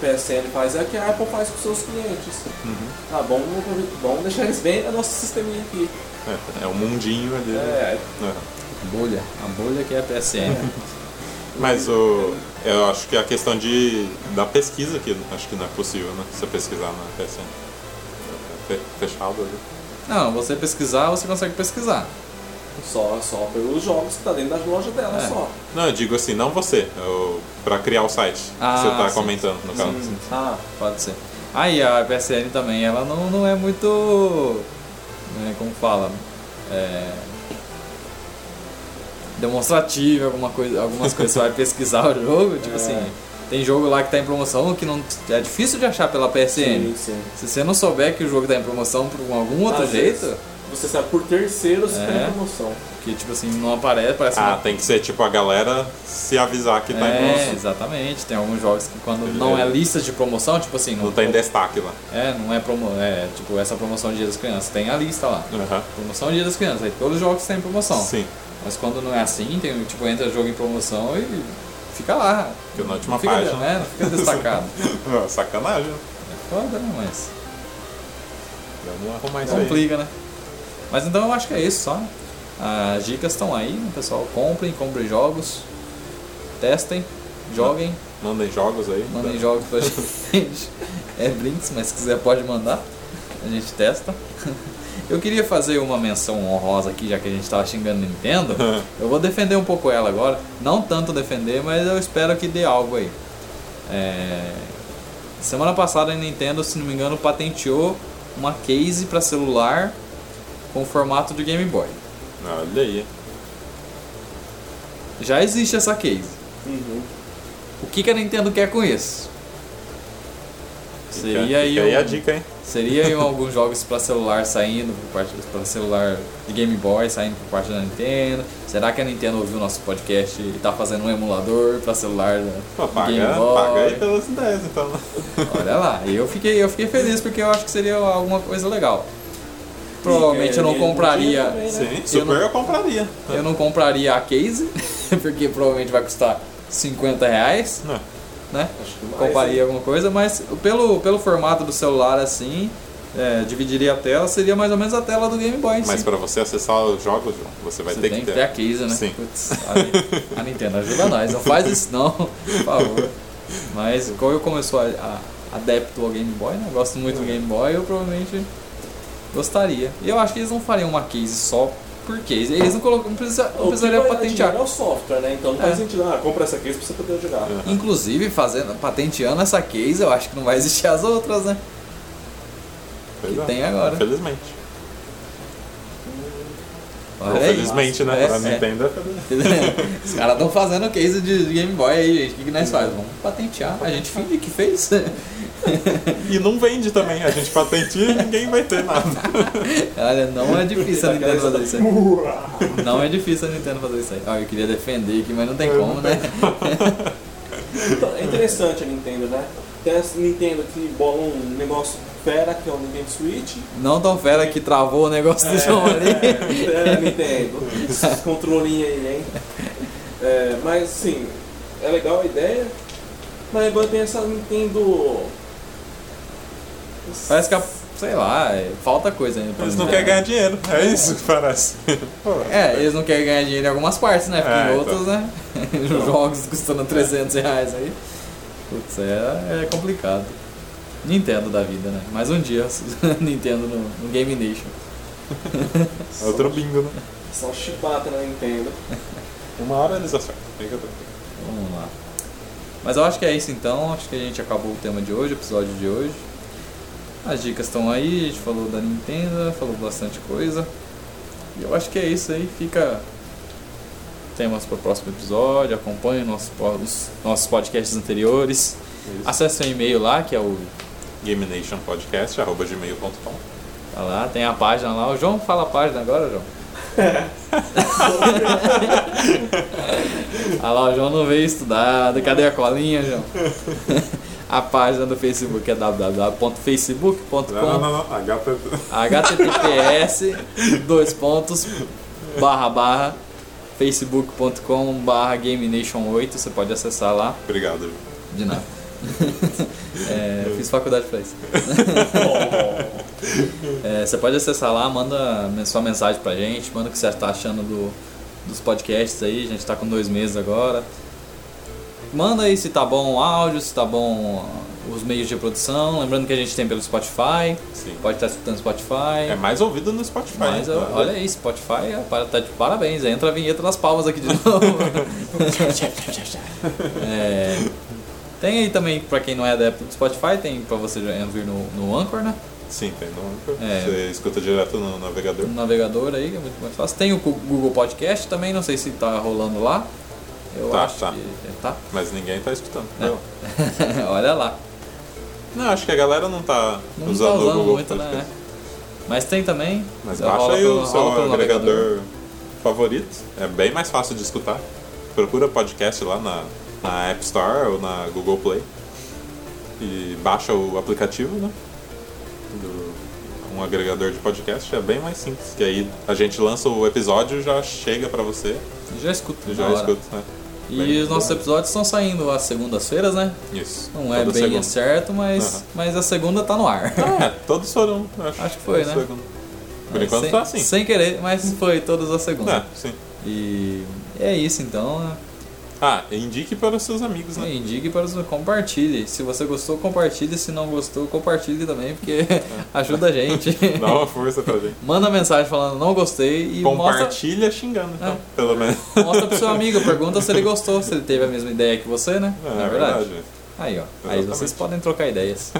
S3: PSN faz é o que a Apple faz com seus clientes.
S1: Uhum.
S3: Ah, bom, bom deixar eles bem no nosso sisteminha aqui.
S2: É, é um mundinho
S1: Uhum.
S2: ali. né?
S3: É,
S2: É.
S1: Bolha. A bolha que é a PSN.
S2: Mas o, eu acho que a questão de, da pesquisa aqui, acho que não é possível, né? Você pesquisar na PSN. É fe- Fechado ali.
S1: Não, você pesquisar, você consegue pesquisar.
S3: só, só pelos jogos que tá dentro das lojas dela
S1: É.
S3: só.
S2: Não, eu digo assim, não você, eu, pra criar o site
S1: Ah,
S2: que você tá
S1: sim,
S2: comentando, no caso.
S3: Ah,
S1: Pode ser. Aí a PSN também, ela não, não é muito. né, como fala? É, demonstrativa, alguma coisa, algumas coisas você vai pesquisar o jogo, tipo
S3: É.
S1: assim. Tem jogo lá que tá em promoção que não é difícil de achar pela PSN.
S3: sim, sim.
S1: Se você não souber que o jogo tá em promoção por algum outro
S3: Às
S1: jeito,
S3: vezes, Você sabe por terceiro se
S1: É.
S3: tem promoção.
S1: que tipo assim, não aparece, parece
S2: Ah,
S1: uma-
S2: tem que ser tipo a galera se avisar que tá em
S1: é,
S2: promoção.
S1: exatamente. Tem alguns jogos que quando não é lista de promoção, tipo assim,
S2: Não tá em destaque lá.
S1: É, não é promo... É, tipo, essa promoção de Dia das Crianças. Tem a lista lá.
S2: Aham.
S1: Promoção de Dia das Crianças. Aí todos os jogos têm promoção.
S2: Sim.
S1: Mas quando não é assim, tem, tipo, entra jogo em promoção e fica lá.
S2: Fica na última
S1: não fica,
S2: página.
S1: né, não fica destacado.
S2: Ah, Sacanagem. né?
S1: é foda, né? Mas
S2: Vamos arrumar É isso aí.
S1: complica, né? Mas então eu acho que é isso só. As dicas estão aí, né, pessoal. Comprem, comprem jogos. Testem, joguem,
S2: Mandem jogos aí.
S1: mandem jogos pra gente. É brinks, mas se quiser pode mandar. A gente testa. Eu queria fazer uma menção honrosa aqui, já que a gente tava xingando Nintendo. Eu vou defender um pouco ela agora. Não tanto defender, mas eu espero que dê algo aí. É, Semana passada a Nintendo, se não me engano, patenteou uma case para celular com formato de Game Boy.
S2: Ah, Olha aí.
S1: Já existe essa case.
S3: Uhum.
S1: O que, que a Nintendo quer com isso?
S2: Fica-
S1: Seria
S2: fica
S1: aí,
S2: aí
S1: um-
S2: a dica, hein?
S1: Seria aí alguns jogos para celular saindo, por parte para celular de Game Boy saindo por parte da Nintendo. Será que a Nintendo ouviu nosso podcast e tá fazendo um emulador para celular né,
S2: Pô,
S1: de
S2: paga,
S1: Game Boy?
S2: paga aí pelas ideias, então.
S1: Olha lá, e eu fiquei, eu fiquei feliz porque eu acho que seria alguma coisa legal. Provavelmente eu não compraria,
S3: né?
S2: Sim,
S1: Eu não-
S2: super eu compraria. Né?
S1: eu não compraria a case, porque provavelmente vai custar 50 reais,
S2: Não,
S1: né?
S3: Acho que mais,
S1: Compraria
S3: hein?
S1: alguma coisa, mas pelo, pelo formato do celular assim, é, dividiria a tela, seria mais ou menos a tela do Game Boy. em si.
S2: Mas pra você acessar os jogos, João, você vai
S1: Você
S2: ter
S1: tem
S2: que ter.
S1: a case, né?
S2: Sim.
S1: Putz, a, Ni- a Nintendo ajuda nós, não faz isso não, por favor. Mas como eu começou a, a- adepto ao Game Boy, né? Eu Gosto muito do Game Boy, eu provavelmente gostaria. E eu acho que eles não fariam uma case só por case. Eles não colocam, não, precisa, não
S3: O que vai
S1: precisaria
S3: dar
S1: patentear.
S3: dinheiro É o software, né? Então não faz
S1: É.
S3: sentido. Ah, compra essa case pra você poder jogar.
S2: É.
S1: Inclusive, fazendo, patenteando essa case, eu acho que não vai existir as outras, né?
S2: Pois
S1: que
S2: é,
S1: tem agora.
S2: Infelizmente.
S1: Olha aí.
S2: Infelizmente, né?
S1: É,
S2: pra
S1: é.
S2: Nintendo é feliz.
S1: Os caras estão fazendo case de de Game Boy aí, gente. O que, que nós faz? Vamos patentear. A gente finge que fez.
S2: E não vende também. A gente patenteia e ninguém vai ter nada.
S1: Olha, não é difícil a Nintendo
S3: Aquela
S1: fazer isso aí. Não é difícil a Nintendo fazer isso aí. Ó, eu queria defender aqui, mas não tem como, né?
S3: Então, é interessante a Nintendo, né? Tem essa Nintendo que bola um negócio fera, que é o Nintendo Switch.
S1: Não tão fera que travou o negócio
S2: É,
S1: do som ali.
S3: É, Nintendo. Esses controlinhos aí, hein? É, mas assim, é legal a ideia. Mas agora tem essa Nintendo.
S1: Parece que, a- sei lá, é, falta coisa ainda. pra
S2: Eles não
S1: Nintendo.
S2: querem ganhar dinheiro, é isso que parece. Pô,
S1: É, eles não querem ganhar dinheiro em algumas partes, né? Porque
S2: É,
S1: em
S2: então.
S1: outras, né? Os jogos custando 300 reais aí. Putz, é, é complicado. Nintendo da vida, né? Mais um dia, Nintendo no, no Game Nation.
S2: É outro bingo, né?
S3: Só chibata na Nintendo.
S2: Uma hora eles acertam. Fica tranquilo.
S1: Vamos lá. Mas eu acho que é isso então. Acho que a gente acabou o tema de hoje, o episódio de hoje. As dicas estão aí, a gente falou da Nintendo, falou bastante coisa. E eu acho que é isso aí. Fica temas para o próximo episódio. Acompanhe nossos, po- os nossos podcasts anteriores. Acesse o e-mail lá, que é o.
S2: GameNationPodcast.gmail.com
S1: Tá lá, tem a página lá. O João fala a página agora, João. Olha Ah lá, o João não veio estudado. Cadê a colinha, João? A página do Facebook é
S2: Não, não,
S1: www.facebook.com
S2: não, não. HTTP.
S1: https dois pontos barra barra facebook.com barra game nation 8 você pode acessar lá
S2: Obrigado. Ju.
S1: de nada É, fiz faculdade pra isso É, você pode acessar lá, manda men- sua mensagem pra gente, manda o que você tá achando do- dos podcasts aí, a gente tá com dois meses agora. Manda aí se tá bom o áudio, se tá bom os meios de produção, lembrando que a gente tem pelo Spotify,
S2: Sim.
S1: pode estar escutando
S2: É
S1: Spotify.
S2: mais ouvido no Spotify.
S1: Mas
S2: né?
S1: ó, olha aí, Spotify ó, para- tá de parabéns, entra a vinheta nas palmas aqui de novo. É, tem aí também, pra quem não é adepto do Spotify, tem pra você vir no, no Anchor, né?
S2: Sim, tem no
S1: É.
S2: Você escuta direto no navegador.
S1: um navegador aí, que é muito mais fácil. Tem o Gu- Google Podcast também, não sei se tá rolando lá. Eu
S2: Tá,
S1: acho
S2: tá.
S1: que tá.
S2: Mas ninguém tá escutando.
S1: É.
S2: Não.
S1: Olha lá.
S2: não, acho que a galera não tá
S1: Não tá
S2: usando, o
S1: usando
S2: Google
S1: muito, né?
S2: Podcast.
S1: Mas tem também.
S2: Mas
S1: rola
S2: baixa aí
S1: pelo-
S2: o
S1: rola
S2: seu
S1: pelo
S2: agregador favorito. É bem mais fácil de escutar. Procura podcast lá na, na App Store ou na Google Play. E baixa o aplicativo, né? Do, um agregador de podcast. É bem mais simples. Que aí a gente lança o episódio já chega pra você.
S1: Já escuto.
S2: E já escuta, né?
S1: E
S2: Bem-
S1: os nossos episódios estão saindo às segundas-feiras, né?
S2: Isso.
S1: Não é
S2: Toda
S1: bem
S2: segunda.
S1: certo, mas,
S2: Aham.
S1: mas a segunda tá no ar.
S2: É, todos foram, eu acho.
S1: Acho que foi,
S2: Todos
S1: né?
S2: foram. Por enquanto
S1: sem,
S2: tá assim.
S1: Sem querer, mas foi todas as segundas.
S2: É, sim.
S1: E é isso então, né?
S2: Ah, indique para os seus amigos, né?
S1: Indique para os compartilhe. Se você gostou, compartilhe. Se não gostou, compartilhe também, porque ajuda a gente.
S2: Dá uma força pra gente.
S1: Manda mensagem falando não gostei e mostra,
S2: Compartilha xingando, então,
S1: É.
S2: pelo menos.
S1: mostra pro seu amigo, pergunta se ele gostou, se ele teve a mesma ideia que você, né?
S2: É,
S1: Na
S2: é
S1: verdade.
S2: verdade.
S1: Aí, ó. Aí
S2: Exatamente.
S1: vocês podem trocar ideias.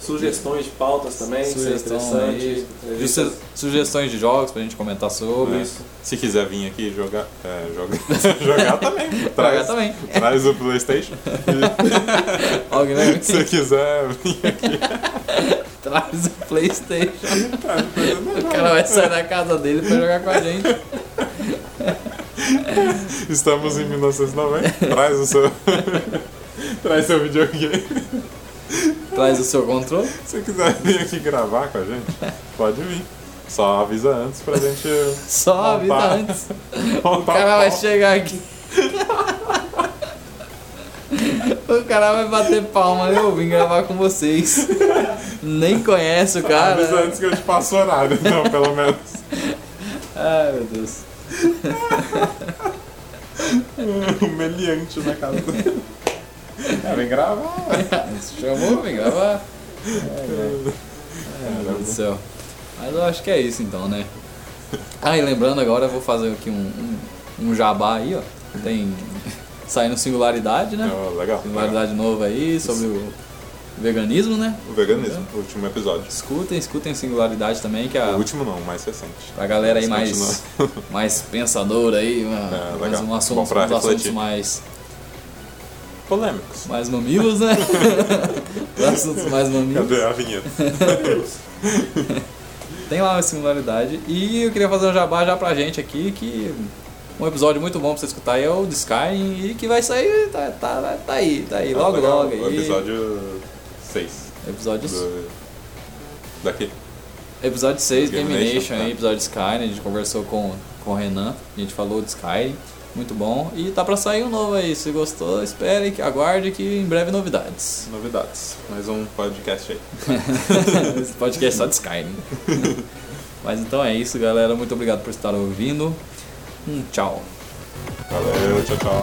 S3: Sugestões de pautas também, que seria
S1: Sugestão
S3: interessante. É,
S1: aí, suge- sugestões de jogos pra gente comentar sobre.
S2: É.
S3: isso.
S2: Se quiser vir aqui jogar, é, joga- jogar também. Traz,
S1: também.
S2: traz o PlayStation.
S1: Alguém vai
S2: E se quiser vir aqui,
S1: traz o Playstation.
S2: tá, coisa
S1: O
S2: melhor.
S1: cara vai sair da casa dele pra jogar com a gente.
S2: Estamos em 1990. Traz o seu. traz seu videogame.
S1: Traz o seu controle.
S2: Se quiser vir aqui gravar com a gente, pode vir. Só avisa antes pra gente
S1: Só avisa
S2: Opa.
S1: tá antes.
S2: montar
S1: O cara vai
S2: palco.
S1: chegar aqui. O cara vai bater palma, eu vim gravar com vocês. Nem conhece o cara. né?
S2: Avisa antes que eu te passo o horário, então, pelo menos.
S1: Ai meu Deus.
S2: Humilhante né, na casa dele. É, vem gravar. É, né?
S1: Chamou, vem gravar. Ai, meu Deus do céu. Mas eu acho que é isso então, né? Ah, e lembrando agora, eu vou fazer aqui um, um, um jabá aí, ó. Tem. Saindo singularidade, né?
S2: Oh, legal. legal.
S1: Singularidade nova aí sobre o veganismo, né?
S2: O veganismo, o último episódio.
S1: Escutem, escutem Singularidade também, que a,
S2: O último não, o mais recente.
S1: a galera aí
S2: Mas
S1: mais, mais pensadora aí, uma-
S2: É, legal.
S1: mais um assunto,
S2: Bom pra
S1: uns assuntos
S2: refletir.
S1: mais,
S2: Polêmicos.
S1: mais mamilos, né? Os assuntos mais mamilos.
S2: Cadê a vinheta?
S1: Tem lá a Singularidade. E eu queria fazer um jabá já pra gente aqui, que um episódio muito bom pra você escutar aí é o de Sky, e que vai sair, tá, tá, tá aí, tá aí,
S2: Ah,
S1: logo É
S2: legal.
S1: logo aí.
S2: O episódio 6.
S1: Episódio,
S2: Do... Daqui.
S1: episódio 6, Gamination,
S2: Gamination, tá.
S1: aí, episódio Skyrim, a gente conversou com, com o Renan, a gente falou de Skyrim, muito bom. E tá pra sair um novo aí, se gostou, espere, que- aguarde que em breve novidades.
S2: Novidades. Mais um podcast aí.
S1: Esse podcast é só de Skyrim. Mas então é isso, galera, muito obrigado por estar ouvindo, um tchau.
S2: Valeu, tchau, tchau.